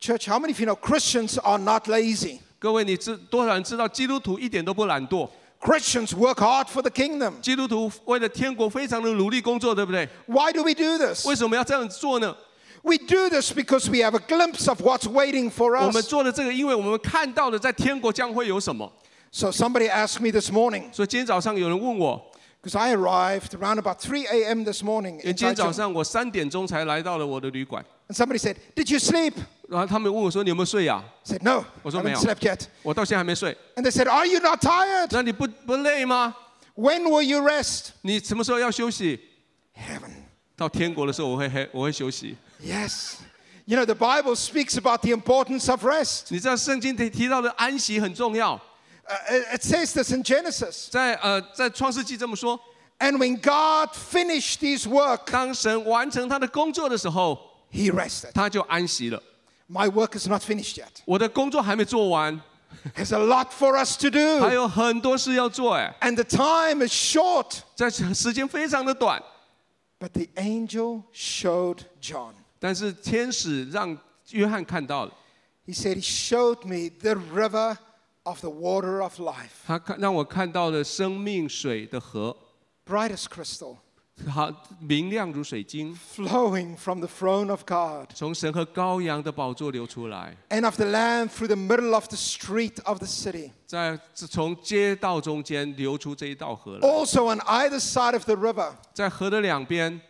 A: Church, how many of you know Christians are not lazy?
B: 各位，你知多少人知道基督徒一点都不懒惰？
A: Christians work hard for the kingdom.
B: 基督徒为了天国非常的努力工作，对不对？
A: Why do we do this?
B: 为什么要这样做呢？
A: We do this because we have a glimpse of what's waiting for
B: 我们
A: us.
B: 做的这个，因为我们看到了在天国将会有什么。
A: So somebody asked me this morning,
B: 所以今天早上有人问我，
A: because I arrived around about 3 a.m. this morning.
B: 因为
A: In
B: 今天早
A: Taichung,
B: 上我三点钟才来到了我的旅馆，
A: and somebody said, Did you sleep? I
B: 然后他们问我说：“你有没有睡呀、
A: said, No, I
B: Was it
A: haven't
B: me?
A: slept yet.
B: 我到现在还没睡。
A: And they said, Are you not tired?
B: 那你不不累吗？
A: When will you rest?
B: 你什么时候要休息？
A: Heaven.
B: 到天国的时候，我会黑，我会休息。
A: Yes. You know, the Bible speaks about the importance of rest.
B: 你知道圣经提提到的安息很重要，
A: Uh, it it says this in Genesis.
B: 在呃在创世纪这么说。
A: And when God finished his work,
B: 当神完成他的工作的时候，
A: he rested.
B: 他就安息了。
A: My work is not finished yet.
B: 我的工作还没做完，
A: There's a lot for us to
B: 还
A: do.
B: 有很多事要做哎，
A: And the time is short.
B: 在时间非常的短，
A: But the angel showed John.
B: 但是天使让约翰看到了，
A: He said, He showed me the river of the water of life,
B: 他看让我看到了生命水的河，
A: bright as crystal,
B: 好明亮如水晶，
A: flowing from the throne of God
B: 从神和羔羊的宝座流出来，
A: and of the Lamb through the middle of the street of the city.
B: 在从街道中间流出这一道河来，
A: Also, on either side of the river,
B: 在河的两边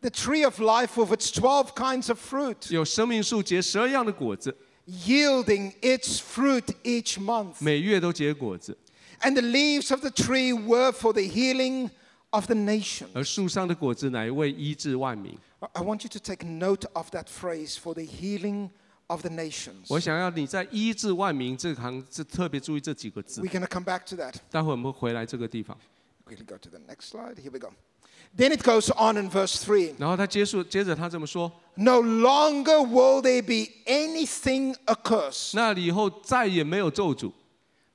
A: the tree of life with its 12 kinds of fruit,
B: 有生命树结十二样的果子，
A: yielding its fruit each month.
B: 每月都结果子，
A: And the leaves of the tree were for the healing of the nation.
B: 而树上的果子乃为医治万民。
A: I- I want you to take note of that phrase for the healing of the nations.
B: 我想要你在医治万民这行，这特别注意这几个字。
A: We're going to come back to that.
B: 待会我们会回来这个地方，
A: Quickly go to the next slide. Here we go. Then it goes on in verse 3.
B: 然后他接束，接着他这么说：
A: No longer will there be anything accursed,
B: 那以后再也没有咒诅，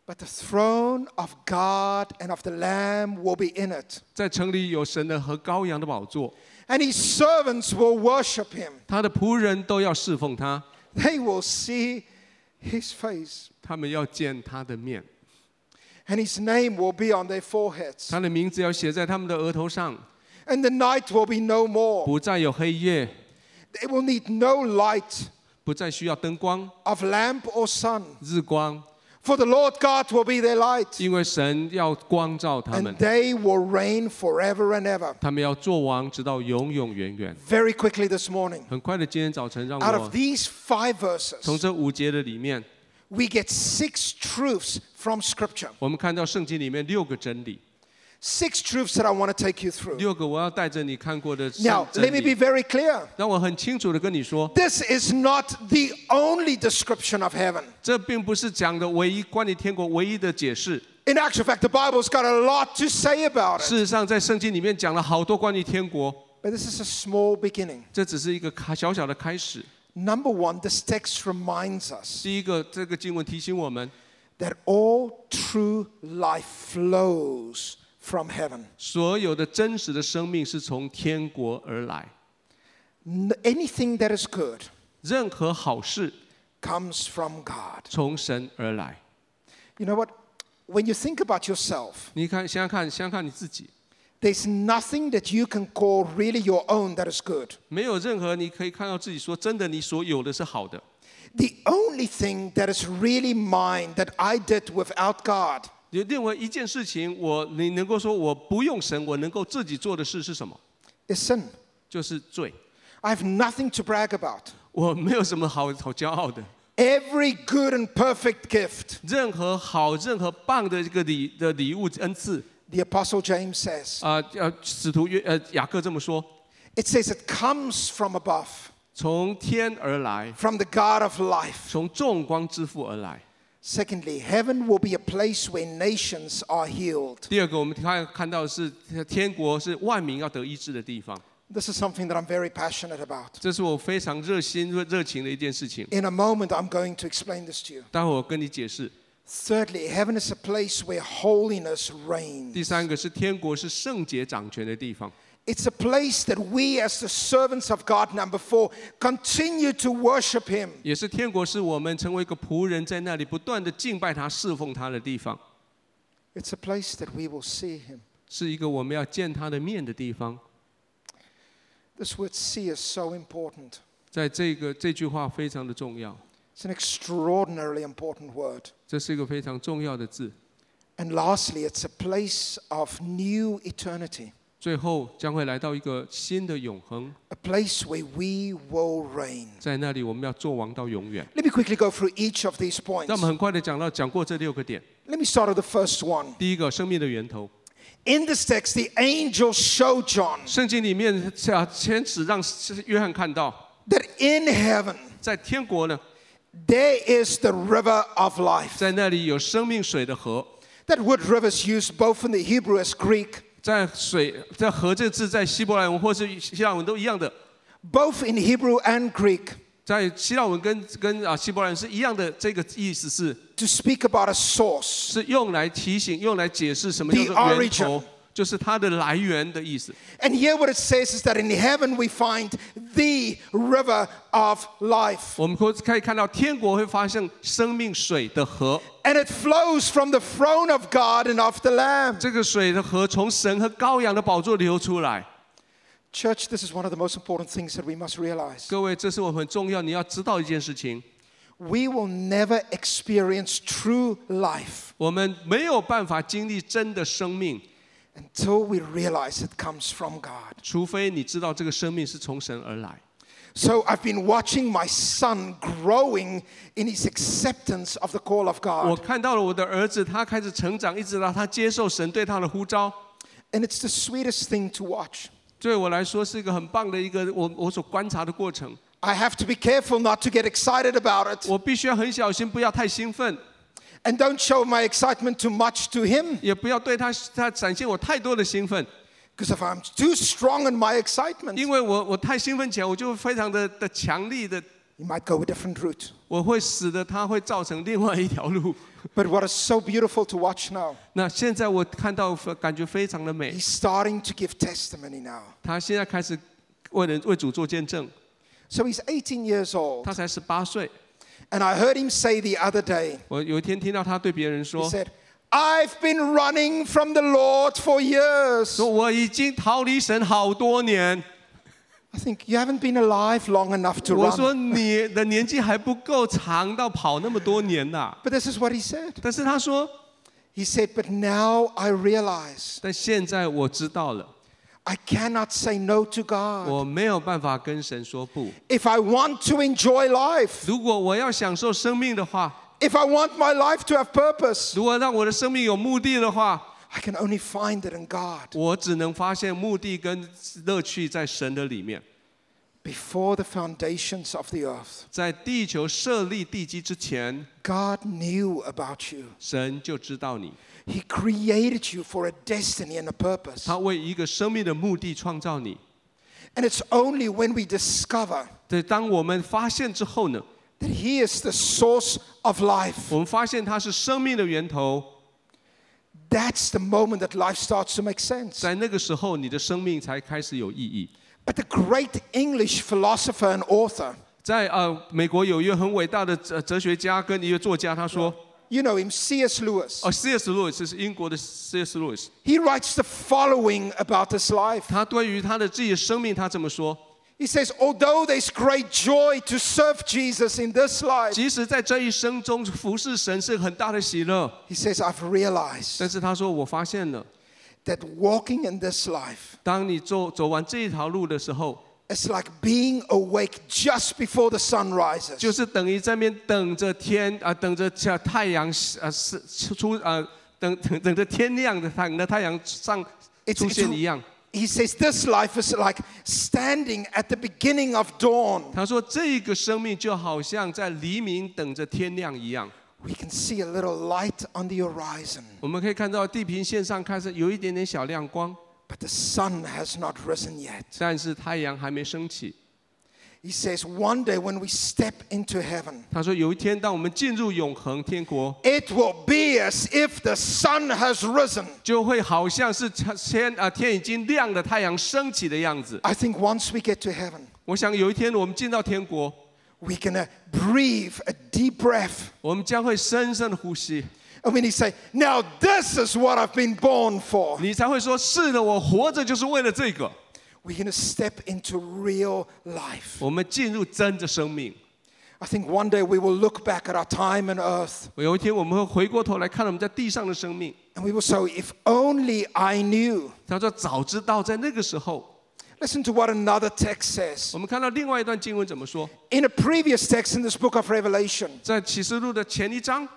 A: but the throne of God and of the Lamb will be in it,
B: 在城里有神的和羔羊的宝座，
A: and his servants will worship him.
B: 他的仆人都要侍奉他，
A: They will see his face,
B: 他们要见他的面，
A: and his name will be on their foreheads,
B: 他的名字要写在他们的额头上，
A: and the night will be no more.
B: 不再有黑夜，
A: They will need no light
B: 不再需要灯光、
A: of lamp or sun.
B: 日光，
A: For the Lord God will be their light,
B: 因为神要光照他
A: and
B: 们，
A: they will reign forever and ever.
B: 他们要做王，直到永永远远。
A: Very quickly this morning,
B: 很快的，今天早晨让
A: out of
B: 我
A: these five
B: 从
A: verses,
B: 这五节的里面。
A: we get six truths from Scripture.
B: 我们看到圣经里面六个真理，
A: Six truths that I want to take you through.
B: 六个我要带着你看过的圣
A: Now,
B: 真
A: let me be
B: 理。
A: very clear.
B: 让我很清楚的跟你说，
A: This is not the only description of heaven.
B: 这并不是讲的唯一关于天国唯一的解释。
A: In actual fact, the Bible's got a lot to say about it.
B: 事实上，在圣经里面讲了好多关于天国，
A: But this is a small beginning.
B: 这只是一个开小小的开始。
A: Number one, this text reminds us
B: 第一个，这个经文提醒我们，
A: that all true life flows from heaven.
B: 所有的真实的生命是从天国而来，
A: N- Anything that is good
B: 任何好事
A: comes from God.
B: 从神而来。
A: You know what? When you think about yourself,
B: 你看，想想看，想想看你自己，
A: there's nothing that you can call really your own that is good.
B: 没有任何你可以看到自己说真的，你所有的是好的。
A: The only thing that is really mine that I did without God
B: 你认为一件事情，我你能够说我不用神，我能够自己做的事是什么？
A: is sin.
B: 就是罪。
A: I have nothing to brag about.
B: 我没有什么好好骄傲的。
A: Every good and perfect gift,
B: 任何好、任何棒的这个礼的礼物恩赐
A: the Apostle James says,
B: 啊，呃，使徒约呃雅各这么说，
A: it says it comes from above,
B: 从天而来，
A: from the God of life.
B: 从众光之父而来。
A: Secondly, heaven will be a place where nations are healed.
B: 第二个，我们看看到的是天国是万民要得医治的地方，
A: This is something that I'm very passionate about.
B: 这是我非常热心热情的一件事情。
A: In a moment, I'm going to explain this to you.
B: 待会我跟你解释。
A: Thirdly, heaven is a place where holiness reigns.
B: 第三个是天国是圣洁掌权的地方，
A: It's a place that we, as the servants of God, number four, continue to worship Him.
B: 也是天国是我们成为一个仆人，在那里不断的敬拜他、侍奉他的地方，
A: It's a place that we will see Him.
B: 是一个我们要见他的面的地方。
A: This word see is so important.
B: 在这个这句话非常的重要，
A: It's an extraordinarily important word.
B: 这是一个非常重要的字。
A: And lastly, it's a place of new eternity,
B: 最后将会来到一个新的永恒，
A: a place where we will reign.
B: 在那里我们要做王到永远。
A: Let me quickly go through each of these
B: 那
A: points.
B: 我们很快的讲到讲过这六个点。
A: Let me start with the first one.
B: 第一个，生命的源头。
A: In this text, the angel showed John
B: 圣经里面啊，天使让约翰看到，
A: that in heaven
B: 在天国呢，
A: there is the river of life.
B: 在那里有生命水的河。
A: That word river is used both in the Hebrew as Greek,
B: 在水，在河这字，在希伯来文或是希腊文都一样的，
A: both in Hebrew and Greek,
B: 在希腊文跟跟啊希伯来文是一样的。这个意思是
A: to speak about a source.
B: 是用来提醒、用来解释什么
A: The
B: 叫做
A: origin
B: 源头，就是它的来源的意思。
A: And here, what it says is that in heaven we find the river of life,
B: 我们可可以看到，天国会发现生命水的河，
A: and it flows from the throne of God and of the Lamb.
B: 这个水的河从神和羔羊的宝座流出来。
A: Church, this is one of the most important things that we must realize.
B: 各位，这是我们很重要，你要知道一件事情：
A: We will never experience true life
B: 我们没有办法经历真的生命，
A: until we realize it comes from God.
B: 除非你知道这个生命是从神而来。
A: So I've been watching my son growing in his acceptance of the call of
B: 我
A: God.
B: 看到了我的儿子，他开始成长，一直到他接受神对他的呼召，
A: And it's the sweetest thing to watch.
B: 对我来说是一个很棒的一个我我所观察的过程。
A: I have to be careful not to get excited about it
B: 我必须要很小心，不要太兴奋，
A: and don't show my excitement too much to him
B: 也不要对他他展现我太多的兴奋，
A: because if I'm too strong in my excitement,
B: 因为我我太兴奋起来，我就会非常的的强力的，
A: he might go a different route.
B: 我会使得他会造成另外一条路。
A: But what is so beautiful to watch now,
B: 那现在我看到感觉非常的美，
A: he's starting to give testimony now.
B: 他现在开始为人为主做见证，
A: So he's 18 years old.
B: 他才十八岁。
A: And I heard him say the other day,
B: 我有一天听到他对别人
A: he
B: 说
A: said, I've been running from the Lord for：“ years.
B: 说我已经逃离神好多年。”
A: I think you haven't been alive long enough to
B: 我
A: run.
B: 说你的年纪还不够长到跑那么多年呐、
A: But this is what he said.
B: 但是他说，
A: He said, But now I realize
B: 但现在我知道了，
A: I cannot say no to God.
B: 我没有办法跟神说不。
A: If I want to enjoy life,
B: 如果我要享受生命的话，
A: if I want my life to have purpose,
B: 如果让我的生命有目的的话，
A: I can only find it in God.
B: 我只能发现目的跟乐趣在神的里面。
A: Before the foundations of the earth,
B: 在地球设立地基之前，
A: God knew about you.
B: 神就知道你，
A: He created you for a destiny and a purpose.
B: 他为一个生命的目的创造你。
A: And it's only when we discover
B: 对，当我们发现之后呢，
A: that He is the source of life,
B: 我们发现它是生命的源头，
A: that's the moment that life starts to make sense.
B: 在那个时候，你的生命才开始有意义。
A: But the great English philosopher and author,
B: 在呃，美国有一个很伟大的哲哲学家跟一个作家，他说，
A: you know him, C.S. Lewis,
B: 哦，C.S. Lewis 是英国的 C.S. Lewis，
A: he writes the following about his life.
B: 他对于他的自己的生命，他这么说：
A: He says, although there's great joy to serve Jesus in this life,
B: 即使在这一生中服侍神是很大的喜乐，
A: he says, I've realized
B: 但是他说我发现了，
A: that walking in this life
B: 当你走走完这一条路的时候，
A: is like being awake just before the sun
B: 就
A: rises.
B: 是等于在那边等着天啊，等着太太阳啊是出啊，等等等着天亮的等着太阳上
A: It's-
B: 出现
A: it's-
B: 一样。
A: He says, this life is like standing at the beginning of dawn.
B: 他说这个生命就好像在黎明等着天亮一样，
A: We can see a little light on the horizon,
B: 我们可以看到地平线上开始有一点点小亮光，
A: but the sun has not risen yet.
B: 但是太阳还没升起。
A: He says, one day when we step into heaven,
B: 他说有一天当我们进入永恒天国，
A: it will be as if the sun has risen.
B: 就会好像是天啊天已经亮了，太阳升起的样子。
A: I think once we get to heaven,
B: 我想有一天我们进到天国，
A: we're going to breathe a deep breath.
B: 我们将会深深的呼吸。
A: And when he say, now this is what I've been born for,
B: 你才会说是的，我活着就是为了这个。
A: we're going to step into real life.
B: 我们进入真的生命。
A: I think one day we will look back at our time on earth
B: 有一天我们会回过头来看我们在地上的生命。
A: and we will say, if only I knew.
B: 他说：“早知道在那个时候。
A: Listen to what another text ” says.
B: 我们看到另外一段经文怎么说，
A: In a previous text in this book of Revelation,
B: 在启示录的前一章，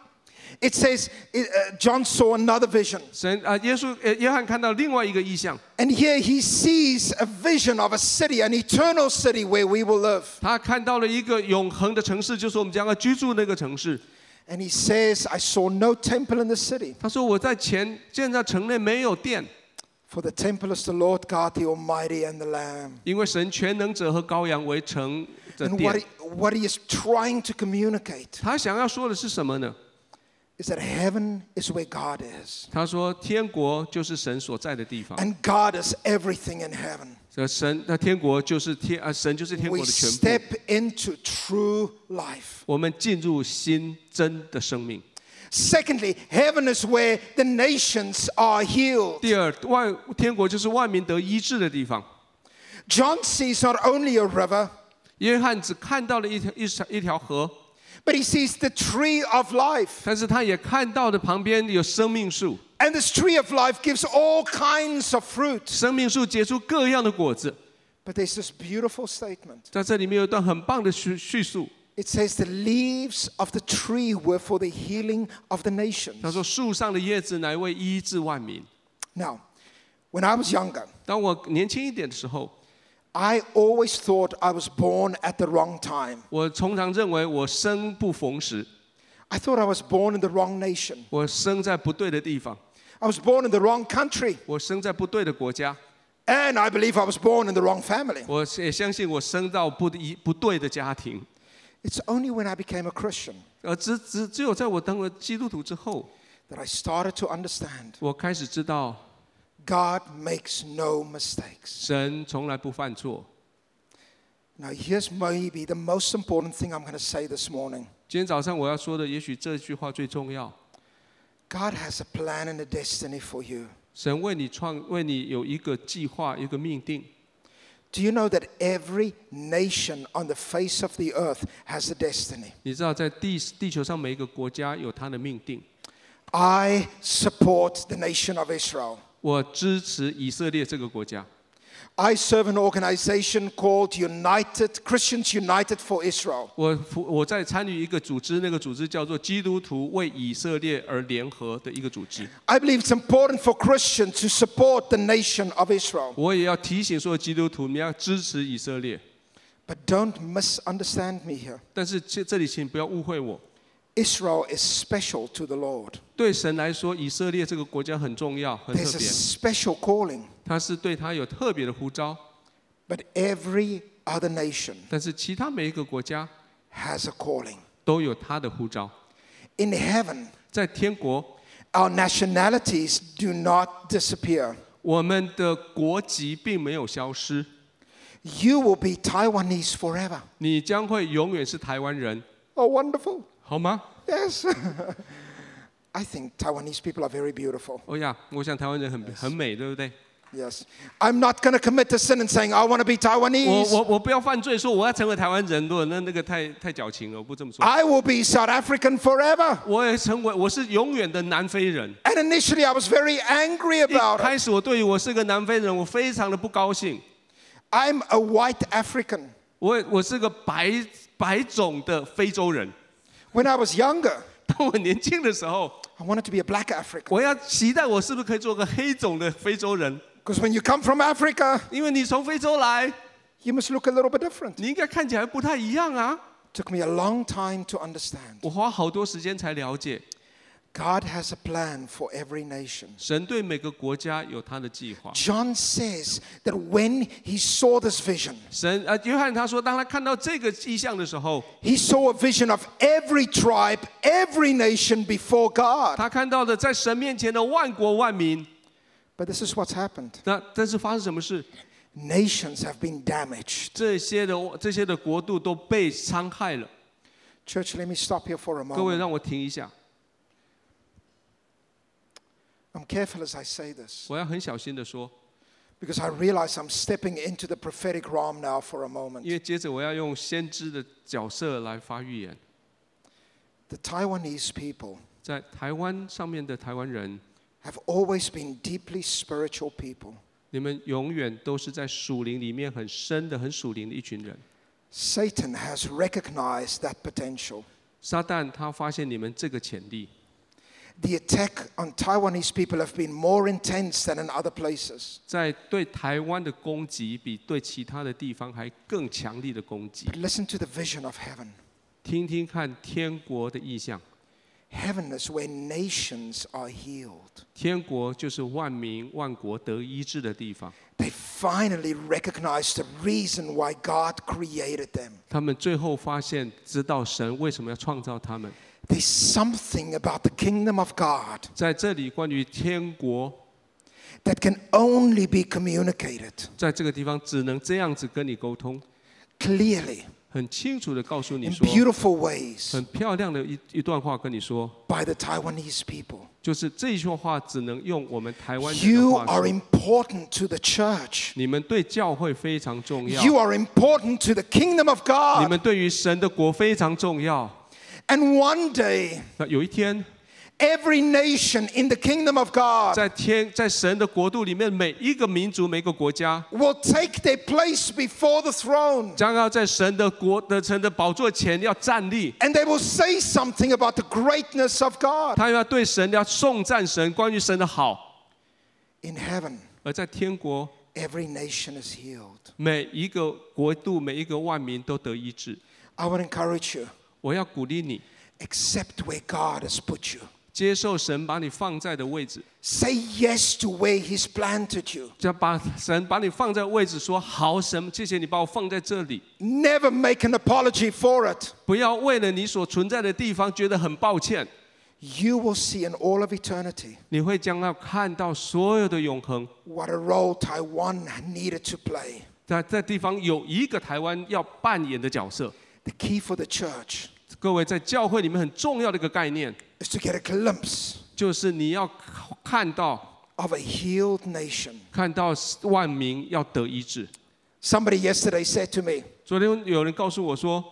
A: it says uh, John saw another vision.
B: 神啊，耶稣呃，约翰看到另外一个意象，
A: And here he sees a vision of a city, an eternal city where we will live.
B: 他看到了一个永恒的城市，就是我们将要居住那个城市。
A: And he says, I saw no temple in the city,
B: 他说：“我在前现在城内没有殿，
A: for the temple is the Lord God, the Almighty, and the Lamb.
B: 因为神全能者和羔羊为城的
A: And what
B: 殿
A: he,。what he is trying to communicate ”
B: 他想要说的是什么呢？
A: is that heaven is where God is,
B: 他说：“天国就是神所在的地方。”
A: and God is everything in heaven.
B: 这神，那天国就是天啊，神就是天国
A: We
B: 的全部。
A: step into true life.
B: 我们进入新真的生命。
A: Secondly, heaven is where the nations are healed.
B: 第二，万天国就是万民得医治的地方。
A: John sees not only a river,
B: 约翰只看到了一条一条一条河，
A: but he sees the tree of life.
B: 但是他也看到了旁边有生命树，
A: And this tree of life gives all kinds of fruit.
B: 生命树结出各样的果子。
A: But there's this beautiful statement.
B: 在这里面有一段很棒的叙叙述，
A: It says, The leaves of the tree were for the healing of the
B: 他
A: nations.
B: 说：“树上的叶子乃为医治万民。
A: Now, when I was younger, ”
B: 当我年轻一点的时候，
A: I always thought I was born at the wrong time.
B: 我常常认为我生不逢时，
A: I thought I was born in the wrong nation.
B: 我生在不对的地方，
A: I was born in the wrong country.
B: 我生在不对的国家。
A: And I believe I was born in the wrong family.
B: 我也相信我生到不一不对的家庭，
A: It's only when I became a Christian
B: 呃，只只只有在我当了基督徒之后，
A: that I started to understand
B: 我开始知道
A: God makes no mistakes.
B: 神从来不犯错。
A: Now, here's maybe the most important thing I'm going to say this morning
B: 今天早上我要说的，也许这句话最重要：
A: God has a plan and a destiny for you.
B: 神为你创，为你有一个计划，一个命定。
A: Do you know that every nation on the face of the earth has a destiny?
B: 你知道，在地地球上每一个国家有它的命定。
A: I support the nation of Israel.
B: 我支持以色列这个国家，
A: I serve an organization called United Christians United for Israel.
B: 我服我在参与一个组织，那个组织叫做基督徒为以色列而联合的一个组织。
A: I believe it's important for Christians to support the nation of Israel.
B: 我也要提醒所有基督徒，你们要支持以色列。
A: But don't misunderstand me here.
B: 但是这这里请不要误会我，
A: Israel is special to the Lord.
B: 对神来说，以色列这个国家很重要，很
A: There's a
B: 特别，
A: special calling,
B: 他是对他有特别的呼召。
A: but every other nation
B: 但是其他每一个国家
A: has a calling.
B: 都有他的呼召，
A: In heaven,
B: 在天国，
A: our nationalities do not disappear.
B: 我们的国籍并没有消失，
A: You will be Taiwanese forever.
B: 你将会永远是台湾人，
A: Oh, wonderful.
B: 好吗？
A: Yes.
B: 哦
A: I think Taiwanese people are very beautiful.
B: 欧亚，我想台湾人很很美，对不对？
A: Yes. I'm not going to commit a sin and saying, I want to be
B: 我
A: Taiwanese.
B: 我我不要犯罪，说我要成为台湾人，如果那那个太太矫情了，我不这么说。
A: I will be South African forever.
B: 我也成为我是永远的南非人。
A: And initially, I was very angry
B: 一
A: about it.
B: 开始我对于我是个南非人，我非常的不高兴。
A: I'm a white African.
B: 我我是个白白种的非洲人。
A: When I was younger,
B: 当我年轻的时候，
A: I wanted to be a black African.
B: 我要期待我是不是可以做个黑种的非洲人？
A: Because when you come from Africa,
B: 因为你从非洲来，
A: you must look a little bit different.
B: 你应该看起来不太一样啊。
A: Took me a long time to understand.
B: 我花好多时间才了解，
A: God has a plan for every nation.
B: 神对每个国家有他的计划。
A: John says that when he saw this vision,
B: 神啊，呃约翰他说，当他看到这个意象的时候，
A: he saw a vision of every tribe, every nation before God.
B: 他看到的在神面前的万国万民。
A: But this is what's happened.
B: 那但是发生什么事？
A: Nations have been damaged.
B: 这些的这些的国度都被伤害了。
A: Church, let me stop here for a
B: 各位
A: moment.
B: 让我停一下，
A: I'm careful as I say this
B: 我要很小心的说，
A: because I realize I'm stepping into the prophetic realm now for a
B: 因
A: moment.
B: 为接着我要用先知的角色来发预言。
A: The Taiwanese people
B: 在台湾上面的台湾人，
A: have always been deeply spiritual people.
B: 你们永远都是在属灵里面很深的、很属灵的一群人。
A: Satan has recognized that potential.
B: 撒旦他发现你们这个潜力，
A: The attack on Taiwanese people have been more intense than in other places.
B: 在对台湾的攻击比对其他的地方还更强力的攻击
A: But。listen to the vision of heaven.
B: 听听看天国的意象，
A: Heaven is where nations are healed.
B: 天国就是万民万国得医治的地方。
A: They finally recognize the reason why God created them.
B: 他们最后发现，知道神为什么要创造他们。
A: There's something about the kingdom of God
B: 在这里，关于天国，
A: that can only be communicated
B: 在这个地方只能这样子跟你沟通，
A: clearly
B: 很清楚的告诉你
A: in
B: 说，
A: beautiful ways
B: 很漂亮的一一段话跟你说，
A: by the Taiwanese people.
B: 就是这一句话只能用我们台湾人的
A: You
B: 话
A: are
B: 说。
A: important to the church.
B: 你们对教会非常重要，
A: You are important to the kingdom of
B: 你
A: God.
B: 们对于神的国非常重要。
A: And one day,
B: 那有一天，
A: every nation in the kingdom of God
B: 在天在神的国度里面，每一个民族、每一个国家，
A: will take their place before the throne.
B: 将要在神的国的神的宝座前要站立。
A: And they will say something about the greatness of God.
B: 他要对神要颂赞神，关于神的好。
A: In heaven,
B: 而在天国，
A: every nation is healed.
B: 每一个国度、每一个万民都得医治。
A: I would encourage you,
B: 我要鼓励你，
A: accept where God has put you.
B: 接受神把你放在的位置，
A: Say yes to where He's planted you.
B: 就把神把你放在位置，说好神，谢谢你把我放在这里。
A: Never make an apology for it.
B: 不要为了你所存在的地方觉得很抱歉，
A: You will see in all of eternity
B: 你会将要看到所有的永恒。
A: what a role Taiwan needed to play.
B: 在在地方有一个台湾要扮演的角色，
A: The key for the church
B: 各位在教会里面很重要的一个概念，
A: is to get a glimpse
B: 就是你要看到
A: of a healed nation.
B: 看到万民要得医治。
A: Somebody yesterday said to me,
B: 昨天有人告诉我说，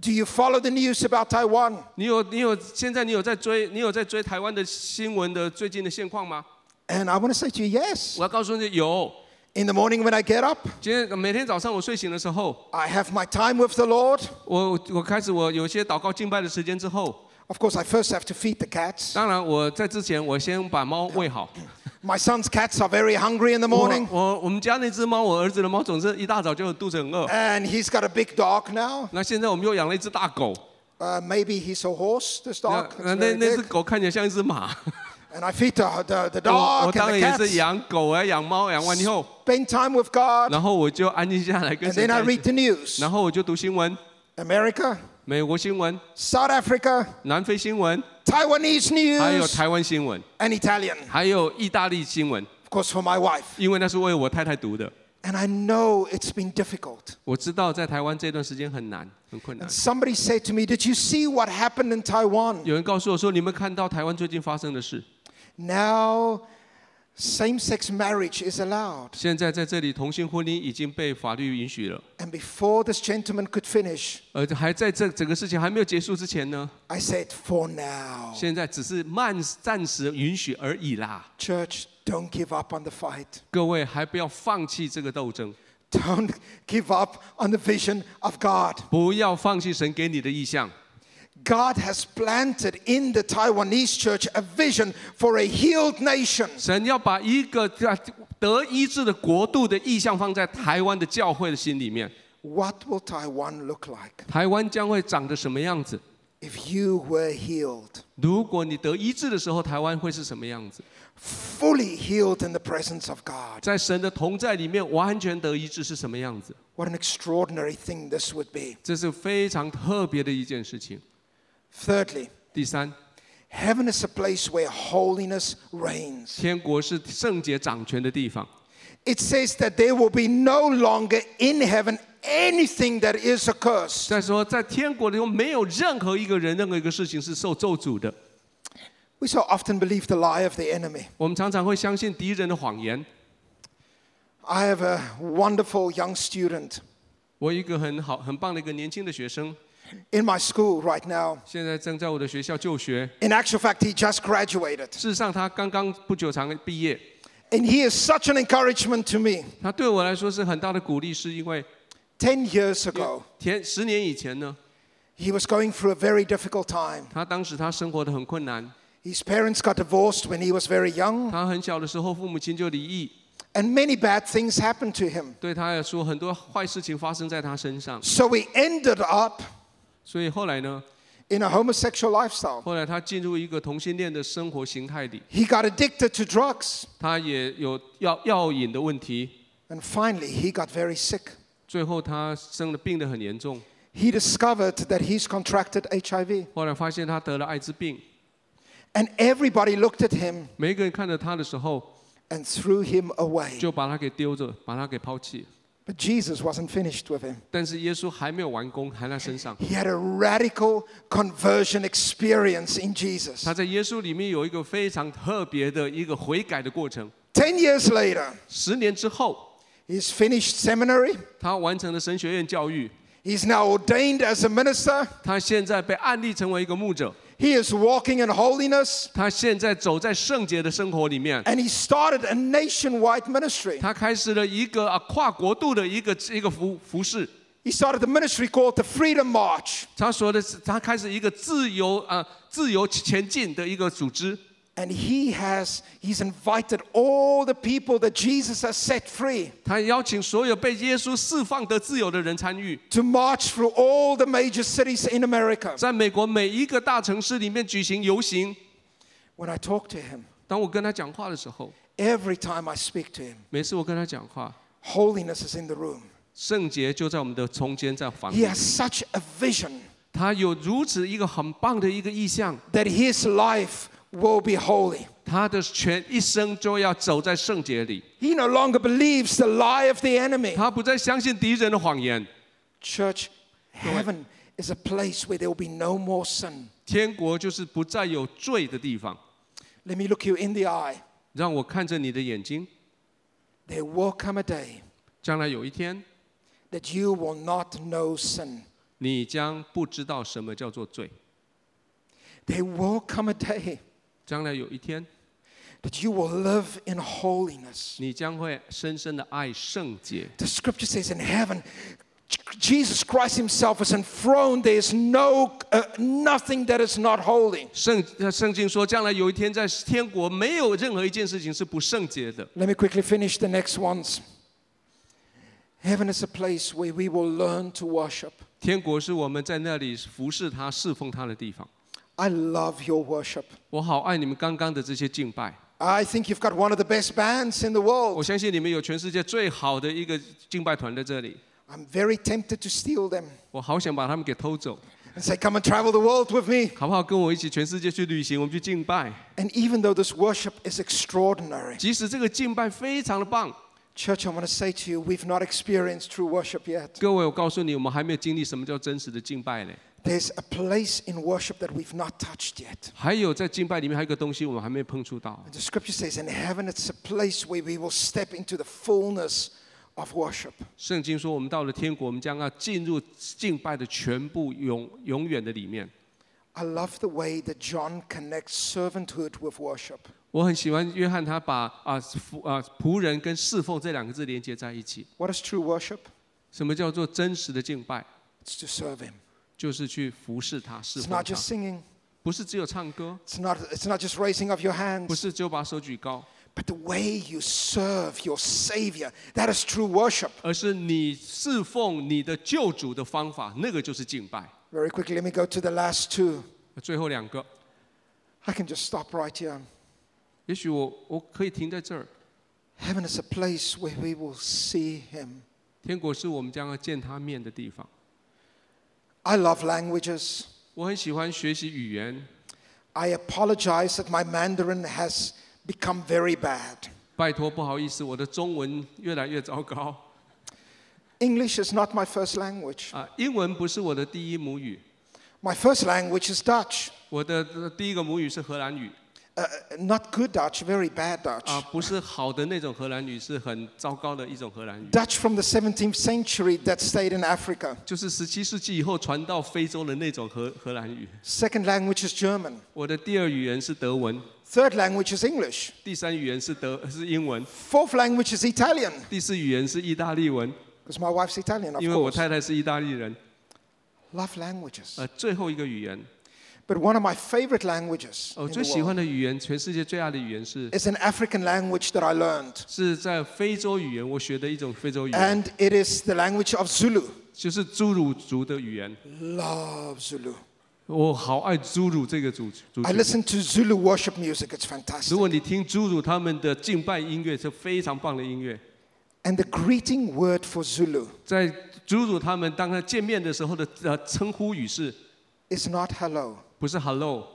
A: Do you follow the news about Taiwan?
B: 你有你有现在你有在追你有在追台湾的新闻的最近的现况吗？
A: And I want to say to you, yes.
B: 我要告诉你有。
A: In the morning when I get up,
B: 今天每天早上我睡醒的时候，
A: I have my time with the Lord.
B: 我我开始我有一些祷告敬拜的时间之后，
A: Of course, I first have to feed the cats.
B: 当然我在之前我先把猫喂好。
A: My son's cats are very hungry in the
B: 我
A: morning,
B: 我我们家那只猫，我儿子的猫，总是一大早就肚子很饿。
A: and he's got a big dog now.
B: 那现在我们又养了一只大狗，
A: Uh, maybe he's a horse, this
B: 那
A: dog.
B: 那
A: It's
B: 那
A: very
B: 那只
A: big.
B: 狗看起来像一只马。
A: And I feed the, the, the
B: 我我
A: dog
B: 当
A: and
B: 然
A: the
B: 也是
A: cats,
B: 养狗啊，养猫，养完以后，
A: spend time with God,
B: 然后我就安静下来跟
A: and
B: 神
A: then I
B: 在一
A: read the
B: 起，
A: news.
B: 然后我就读新闻，
A: America,
B: 美国新闻、
A: South Africa,
B: 南非新闻，
A: Taiwanese
B: 还有
A: news,
B: 台湾新闻，
A: and Italian,
B: 呃还有意大利新闻，
A: of course, for my wife.
B: 因为那是为我太太读的。
A: And I know it's been difficult.
B: 我知道在台湾这段时间很难，很困难
A: And。somebody said to me, Did you see what happened in Taiwan?
B: 有人告诉我说，你们看到台湾最近发生的事，
A: Now Same sex marriage is allowed.
B: 现在在这里，同性婚姻已经被法律允许了。
A: And before this gentleman could finish,
B: 而还在这整个事情还没有结束之前呢，
A: I said, for now.
B: 现在只是慢暂时允许而已啦。
A: Church, don't give up on the fight.
B: 各位还不要放弃这个斗争，
A: Don't give up on the vision of God.
B: 不要放弃神给你的意向。
A: God has planted in the Taiwanese church a vision for a healed nation.
B: 神要把一个得医治的国度的意向放在台湾的教会的心里面。
A: What will Taiwan look like
B: 台湾将会长得什么样子？
A: if you were healed,
B: 如果你得医治的时候，台湾会是什么样子？
A: fully healed in the presence of God?
B: 在神的同在里面完全得医治是什么样子？
A: What an extraordinary thing this would be.
B: 这是非常特别的一件事情。
A: Thirdly,
B: 第三，
A: heaven is a place where holiness reigns.
B: 天国是圣洁掌权的地方。
A: It says that there will be no longer in heaven anything that is accursed.
B: 再说，在天国里头，没有任何一个人、任何一个事情是受咒诅的。
A: We so often believe the lie of the enemy.
B: 我们常常会相信敌人的谎言。
A: I have a wonderful young student
B: 我有一个很好、很棒的一个年轻的学生，
A: in my school right now.
B: 现在正在我的学校就学。
A: In actual fact, he just graduated.
B: 事实上，他刚刚不久才毕业。
A: And he is such an encouragement to me.
B: 他对我来说是很大的鼓励，是因为
A: Ten years ago,
B: 前十年以前呢，
A: he was going through a very difficult time.
B: 他当时他生活的很困难，
A: His parents got divorced when he was very young,
B: 他很小的时候父母亲就离异，
A: and many bad things happened to him.
B: 对他来说很多坏事情发生在他身上，
A: So he ended up
B: 所以后来呢，
A: in a homosexual lifestyle.
B: 后来他进入一个同性恋的生活形态里，
A: He got addicted to drugs,
B: 他也有药药瘾的问题，
A: and finally, he got very sick.
B: 最后他生了病得很严重，
A: He discovered that he's contracted HIV.
B: 后来发现他得了艾滋病，
A: And everybody looked at him
B: 每一个人看着他的时候
A: and threw him away.
B: 就把他给丢着，把他给抛弃，
A: But Jesus wasn't finished with him.
B: 但是耶稣还没有完工，还在身上。
A: He had a radical conversion experience in Jesus.
B: 他在耶稣里面有一个非常特别的一个悔改的过程。
A: Ten years later,
B: 十年之后，
A: he's finished seminary.
B: 他完成了神学院教育，
A: He's now ordained as a minister.
B: 他现在被案例成为一个牧者，
A: He is walking in holiness.
B: 他现在走在圣洁的生活里面，
A: And he started a nationwide ministry.
B: 他开始了一个啊跨国度的一个一个服服饰。
A: He started a ministry called the Freedom March.
B: 他说的是，他开始一个自由啊、呃自由前进的一个组织，
A: And he has, he's invited all the people that Jesus has set free
B: 他邀请所有被耶稣释放得自由的人参与，
A: to march through all the major cities in America.
B: 在美国每一个大城市里面举行游行。
A: When I talk to him,
B: 当我跟他讲话的时候，
A: every time I speak to him,
B: 每次我跟他讲话，
A: holiness is in the room.
B: 圣洁就在我们的中间，在房
A: He
B: 里。
A: has such a vision
B: 他有如此一个很棒的一个意向，
A: that his life will be holy.
B: 他的全一生就要走在圣洁里。
A: He no longer believes the lie of the enemy.
B: 他不再相信敌人的谎言。
A: Church, heaven is a place where there will be no more sin.
B: 天国就是不再有罪的地方。
A: Let me look you in the eye.
B: 让我看着你的眼睛，
A: There will come a day
B: 将来有一天，
A: that you will not know sin.
B: 你将不知道什么叫做罪。
A: There will come a day
B: 将来有一天，
A: that you will live in holiness.
B: 你将会深深的爱圣洁。
A: The scripture says in heaven, Jesus Christ himself is enthroned. There is no, uh, nothing that is not holy.
B: 圣圣经说，将来有一天，在天国没有任何一件事情是不圣洁的。
A: Let me quickly finish the next ones. Heaven is a place where we will learn to worship.
B: 天国是我们在那里服侍他、侍奉他的地方。
A: I love your worship.
B: 我好爱你们刚刚的这些敬拜，
A: I think you've got one of the best bands in the
B: 我
A: world.
B: 相信你们有全世界最好的一个敬拜团在这里，
A: I'm very tempted to steal them
B: 我好想把他们给偷走，
A: and say, Come and travel the world with me.
B: 好不好？跟我一起全世界去旅行，我们去敬拜。
A: And even though this worship is extraordinary,
B: 即使这个敬拜非常的棒，
A: church, I want to say to you, we've not experienced true worship yet.
B: 各位，我告诉你，我们还没有经历什么叫真实的敬拜嘞。
A: There's a place in worship that we've not touched yet.
B: 还有在敬拜里面还有一个东西我们还没有碰触到，
A: The scripture says, in heaven, it's a place where we will step into the fullness of worship.
B: 圣经说我们到了天国，我们将要进入敬拜的全部永永远的里面。
A: I love the way that John connects servanthood with worship.
B: 我很喜欢约翰他把啊服啊仆人跟侍奉这两个字连接在一起。
A: What is true worship?
B: 什么叫做真实的敬拜？
A: It's to serve Him. 就是
B: 去服侍他、侍
A: It's
B: 奉
A: not
B: 他
A: just，singing.
B: 不是只有唱歌，
A: It's not, it's not just raising of your
B: 不
A: hands,
B: 是只有把手举高，
A: but the way you serve your Savior. That is true worship.
B: 而是你侍奉你的救主的方法，那个就是敬拜。
A: Very quickly, let me go to the last two.
B: 最后两个，
A: I can just stop right here.
B: 也许我我可以停在这儿。
A: Heaven is a place where we will see Him.
B: 天国是我们将要见他面的地方。
A: I love languages.
B: 我很喜欢学习语言，
A: I apologize that my Mandarin has become very bad.
B: 拜托不好意思，我的中文越来越糟糕
A: English is not my first language.
B: 啊！英文不是我的第一母语，
A: My first language is Dutch.
B: 我的呃第一个母语是荷兰语
A: Uh, not good Dutch, very bad Dutch.
B: 啊，不是好的那种荷兰语，是很糟糕的一种荷兰语，
A: Dutch from the 17th century that stayed in Africa.
B: 就是十七世纪以后传到非洲的那种荷荷兰语。
A: Second language is German.
B: 我的第二语言是德文，
A: Third language is English.
B: 第三语言是德是英文，
A: Fourth language is Italian,
B: 第四语言是意大利文，
A: because my wife's Italian, of
B: 因为我
A: course.
B: 太太是意大利人。
A: Love languages.
B: 呃，最后一个语言，
A: But one of my favorite languages
B: 我
A: in the
B: 最喜
A: world
B: 欢的语言，全世界最爱的语言是
A: is an African language that I learned.
B: 是在非洲语言，我学的一种非洲语言，
A: And it is the language of Zulu.
B: 就是侏儒族的语言。
A: Love Zulu.
B: 我好爱侏儒这个族族
A: I
B: 群。
A: listen to Zulu worship music, it's
B: 如
A: fantastic.
B: 果你听侏儒他们的敬拜音乐，是非常棒的音乐。
A: And the greeting word for Zulu
B: 在侏儒他们当他见面的时候的呃称呼语是，
A: is not hello,
B: 不是 hello？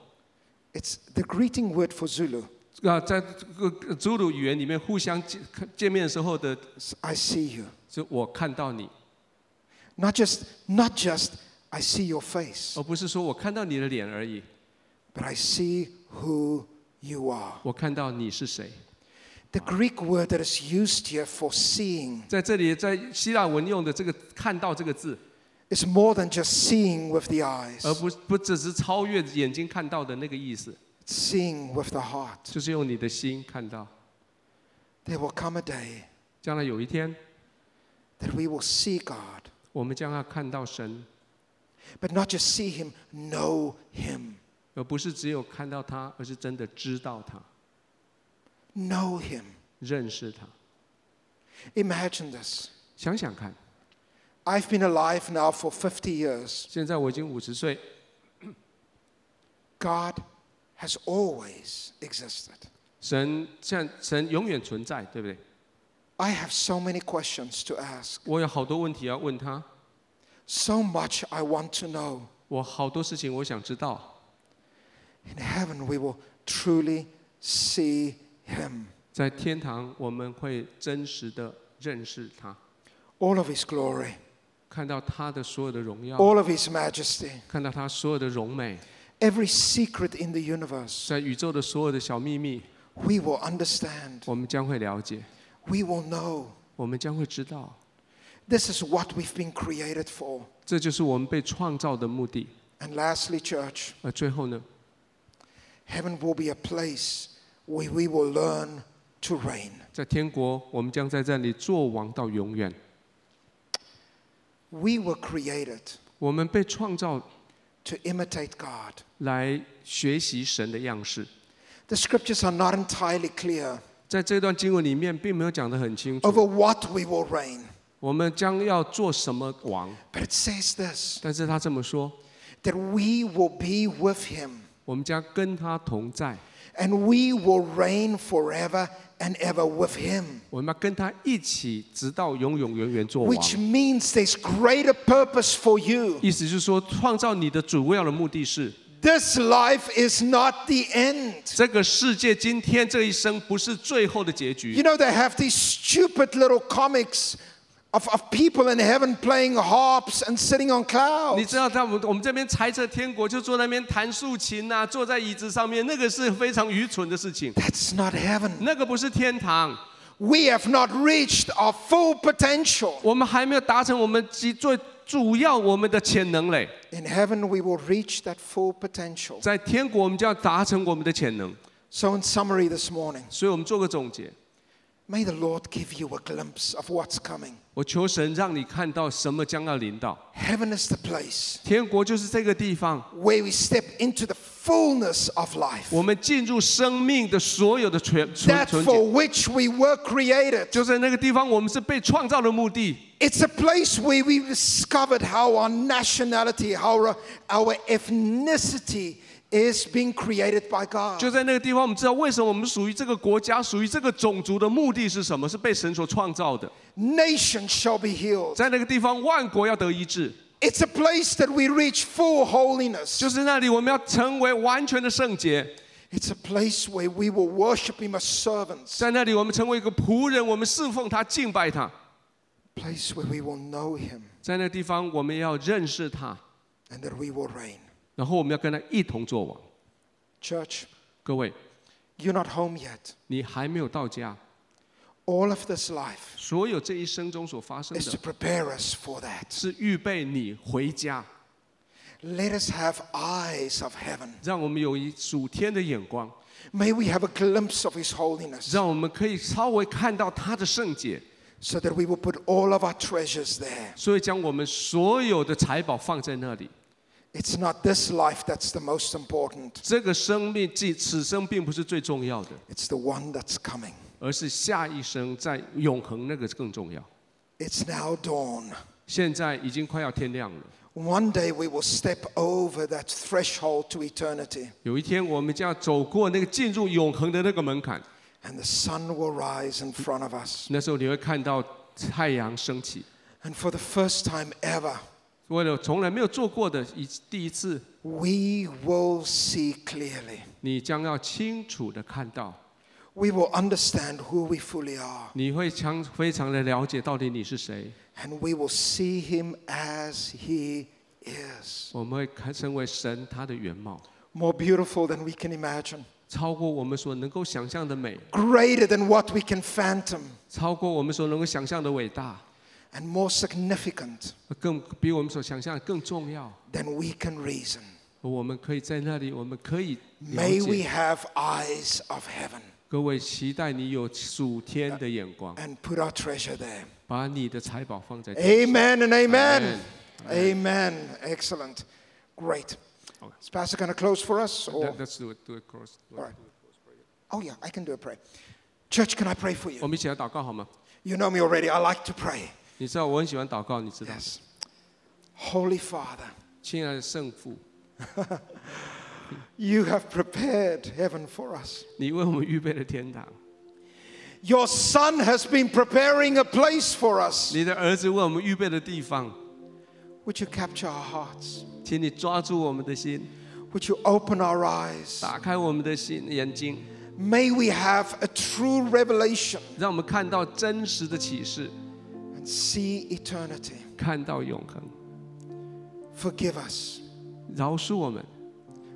A: it's the greeting word for Zulu.
B: 啊，在这个侏儒语言里面互相见见面的时候的，
A: is I see you.
B: 是我看到你，
A: Not just, not just I see your face,
B: 而不是说我看到你的脸而已，
A: but I see who you are.
B: 我看到你是谁。
A: The Greek word that is used here for seeing
B: 在这里，在希腊文用的这个“看到”这个字，
A: is more than just seeing with the eyes,
B: 而不不只是超越眼睛看到的那个意思，
A: it's seeing with the heart.
B: 就是用你的心看到。
A: There will come a day
B: 将来有一天，
A: that we will see God,
B: 我们将要看到神，
A: but not just see Him, know Him.
B: 而不是只有看到他，而是真的知道他、
A: Know Him.
B: 认识他。
A: Imagine this.
B: 想想看，
A: I've been alive now for 50 years.
B: 现在我已经五十岁，
A: God has always existed.
B: 神像神永远存在，对不对？
A: I have so many questions to ask,
B: 我有好多问题要问他，
A: so much I want to know.
B: 我好多事情我想知道。
A: In heaven, we will truly see Him,
B: 在天堂，我们会真实的认识他，
A: all of His glory,
B: 看到他的所有的荣耀，
A: all of His majesty,
B: 看到他所有的荣美，
A: every secret in the universe.
B: 在宇宙的所有的小秘密，
A: We will understand,
B: 我们将会了解，
A: we will know.
B: 我们将会知道，
A: This is what we've been created for.
B: 这就是我们被创造的目的。
A: And lastly, church,
B: 而最后呢，
A: heaven will be a place where we will learn to reign.
B: 在天国，我们将在这里做王到永远。
A: We were created
B: 我们被创造
A: to imitate God.
B: 来学习神的样式。
A: The scriptures are not entirely clear
B: 在这段经文里面，并没有讲得很清
A: over
B: 楚，
A: what we will reign,
B: 我们将要做什么王。
A: but it says this
B: 但是他这么说，
A: that we will be with him
B: 我们将跟他同在，
A: and we will reign forever and ever with him.
B: 我们要跟他一起，直到永永远远做王。
A: Which means there's greater purpose for you.
B: 意思是说，创造你的主要的目的是，
A: This life is not the end.
B: 这个世界今天这一生不是最后的结
A: You
B: 局。
A: know, they have these stupid little comics of, of people in heaven playing harps and sitting on
B: 你
A: clouds.
B: 知道，在我们我们这边猜测天国，就坐在那边弹竖琴呐、坐在椅子上面，那个是非常愚蠢的事情，
A: That's not heaven.
B: 那个不是天堂。
A: We have not reached our full potential.
B: 我们还没有达成我们极最主要我们的潜能嘞，
A: In heaven, we will reach that full potential.
B: 在天国我们就要达成我们的潜能。
A: So, in summary this morning,
B: 所以我们做个总结，
A: may the Lord give you a glimpse of what's coming.
B: 我求神让你看到什么将要临到。
A: Heaven is the place
B: 天国就是这个地方，
A: where we step into the fullness of life,
B: 我们进入生命的所有的全纯
A: that
B: 纯
A: for which
B: 洁，
A: we were created.
B: 就在那个地方，我们是被创造的目的。
A: It's a place where we discovered how our nationality, how our, our ethnicity is being created by God.
B: 就在那个地方，我们知道为什么我们属于这个国家、属于这个种族的目的是什么？是被神所创造的。
A: Nations shall be healed.
B: 在那个地方，万国要得医治，
A: It's a place that we reach full
B: 就
A: holiness.
B: 是那里我们要成为完全的圣洁。
A: It's a place where we will worship Him as servants.
B: 在那里，我们成为一个仆人，我们侍奉他、敬拜他。
A: A place where we will know Him
B: 在那个地方，我们要认识他，
A: and that we will reign.
B: 然后我们要跟他一同做王。
A: Church,
B: 各位，
A: you're not home yet.
B: 你还没有到家，
A: All of this life
B: 所有这一生中所发生
A: is to
B: 的，
A: prepare us for that.
B: 是预备你回家，
A: Let us have eyes of heaven.
B: 让我们有一属天的眼光，
A: May we have a glimpse of His holiness.
B: 让我们可以稍微看到他的圣洁。
A: so that we will put all of our treasures there.
B: 所以将我们所有的财宝放在那里。
A: It's not this life that's the most important,
B: 这个生命即此生并不是最重要的，
A: it's the one that's coming.
B: 而是下一生在永恒那个更重要。
A: It's now dawn.
B: 现在已经快要天亮了，
A: One day we will step over that threshold to eternity,
B: 有一天我们将要走过那个进入永恒的那个门槛，
A: and the sun will rise in front of us.
B: 那时候你会看到太阳升起。
A: And for the first time ever,
B: 为了从来没有做过的一第一次，
A: we will see clearly.
B: 你将要清楚的看到，
A: We will understand who we fully are,
B: 你会强非常的了解到底你是谁。
A: and we will see Him as He is.
B: 我们会看成为神他的原貌，
A: More beautiful than we can imagine,
B: 超过我们所能够想象的美。
A: greater than what we can phantom.
B: 超过我们所能够想象的伟大，
A: and more significant
B: 更比我们所想象的更重要。
A: than we can reason.
B: 我们可以在那里，我们可以了
A: May we
B: 解。
A: have eyes of heaven
B: 各位，期待你有属天的眼光，
A: and put our treasure there.
B: 把你的财宝放在。
A: Amen and amen. Amen.
B: Amen.
A: Excellent. Great. Is Pastor going to close for us? Or?
B: Let's do it. Do it cross.
A: All right. Oh, yeah, I can do a prayer. Church, can I pray for
B: 我
A: you?
B: 们一起来祷告好吗？
A: You know me already. I like to pray.
B: 你知道我很喜欢祷告，你知道。
A: Yes. Holy Father,
B: 亲爱的圣父，
A: you have prepared heaven for us.
B: 你为我们预备了天堂，
A: Your Son has been preparing a place for us.
B: 你的儿子为我们预备的地方，
A: Would you capture our hearts?
B: 请你抓住我们的心，
A: Would you open our eyes?
B: 打开我们的心眼睛，
A: May we have a true revelation
B: 让我们看到真实的启示，
A: and see eternity.
B: 看到永恒，
A: Forgive us.
B: 饶恕我们。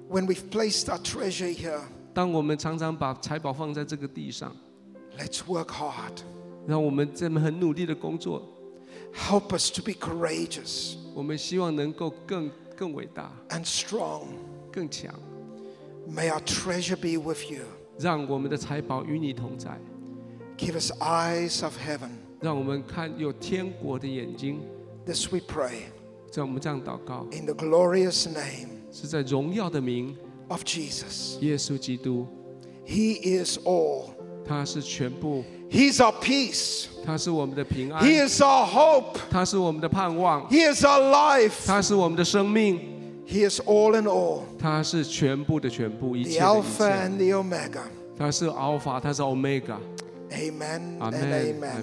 A: When we've placed our treasure here,
B: 当我们常常把财宝放在这个地上，
A: let's work hard.
B: 让我们这么很努力的工作，
A: Help us to be courageous
B: 我们希望能够更更伟大、
A: and strong.
B: 更强，
A: May our treasure be with you.
B: 让我们的财宝与你同在，
A: Give us eyes of heaven.
B: 让我们看有天国的眼睛。
A: This we pray
B: 在我们这样祷告，
A: in the glorious name
B: 是在荣耀的名，
A: of Jesus.
B: 耶稣基督，
A: He is all.
B: 他是全部，
A: He's our peace.
B: 他是我们的平安，
A: He is our hope.
B: 他是我们的盼望，
A: He is our life.
B: 他是我们的生命，
A: He is all in all.
B: 他是全部的全部，一
A: the
B: 切的一
A: Alpha
B: 切，
A: and the Omega.
B: 他是 Alpha，他是 Omega。
A: Amen,
B: Amen,
A: and amen.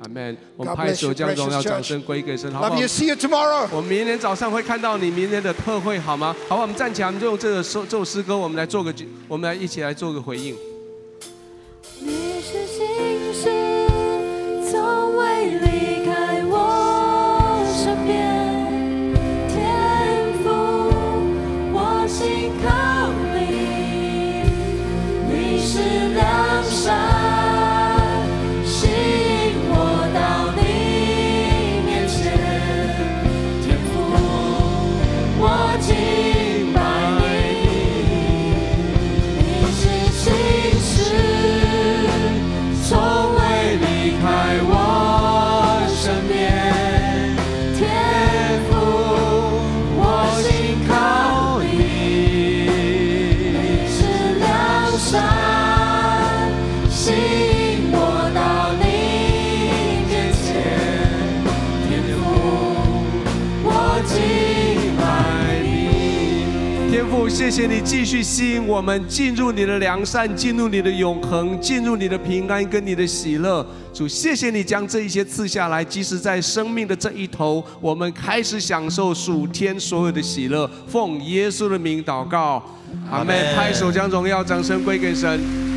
B: Amen, Amen。我
A: God
B: 们拍
A: bless
B: 手
A: you,
B: 将荣耀
A: precious
B: 掌声归给神，好不
A: Love
B: 好
A: you.？See you tomorrow.
B: 我们明天早上会看到你明天的特会，好吗？好吧，我们站起来，我们就用这个首这首诗歌，我们来做个，我们来一起来做个回应。
C: 你是星星，从未离开我。
B: 天父，谢谢你继续吸引我们进入你的良善，进入你的永恒，进入你的平安跟你的喜乐。主，谢谢你将这一些赐下来，即使在生命的这一头，我们开始享受属天所有的喜乐。奉耶稣的名祷告，阿门。拍手将荣耀、掌声归给神。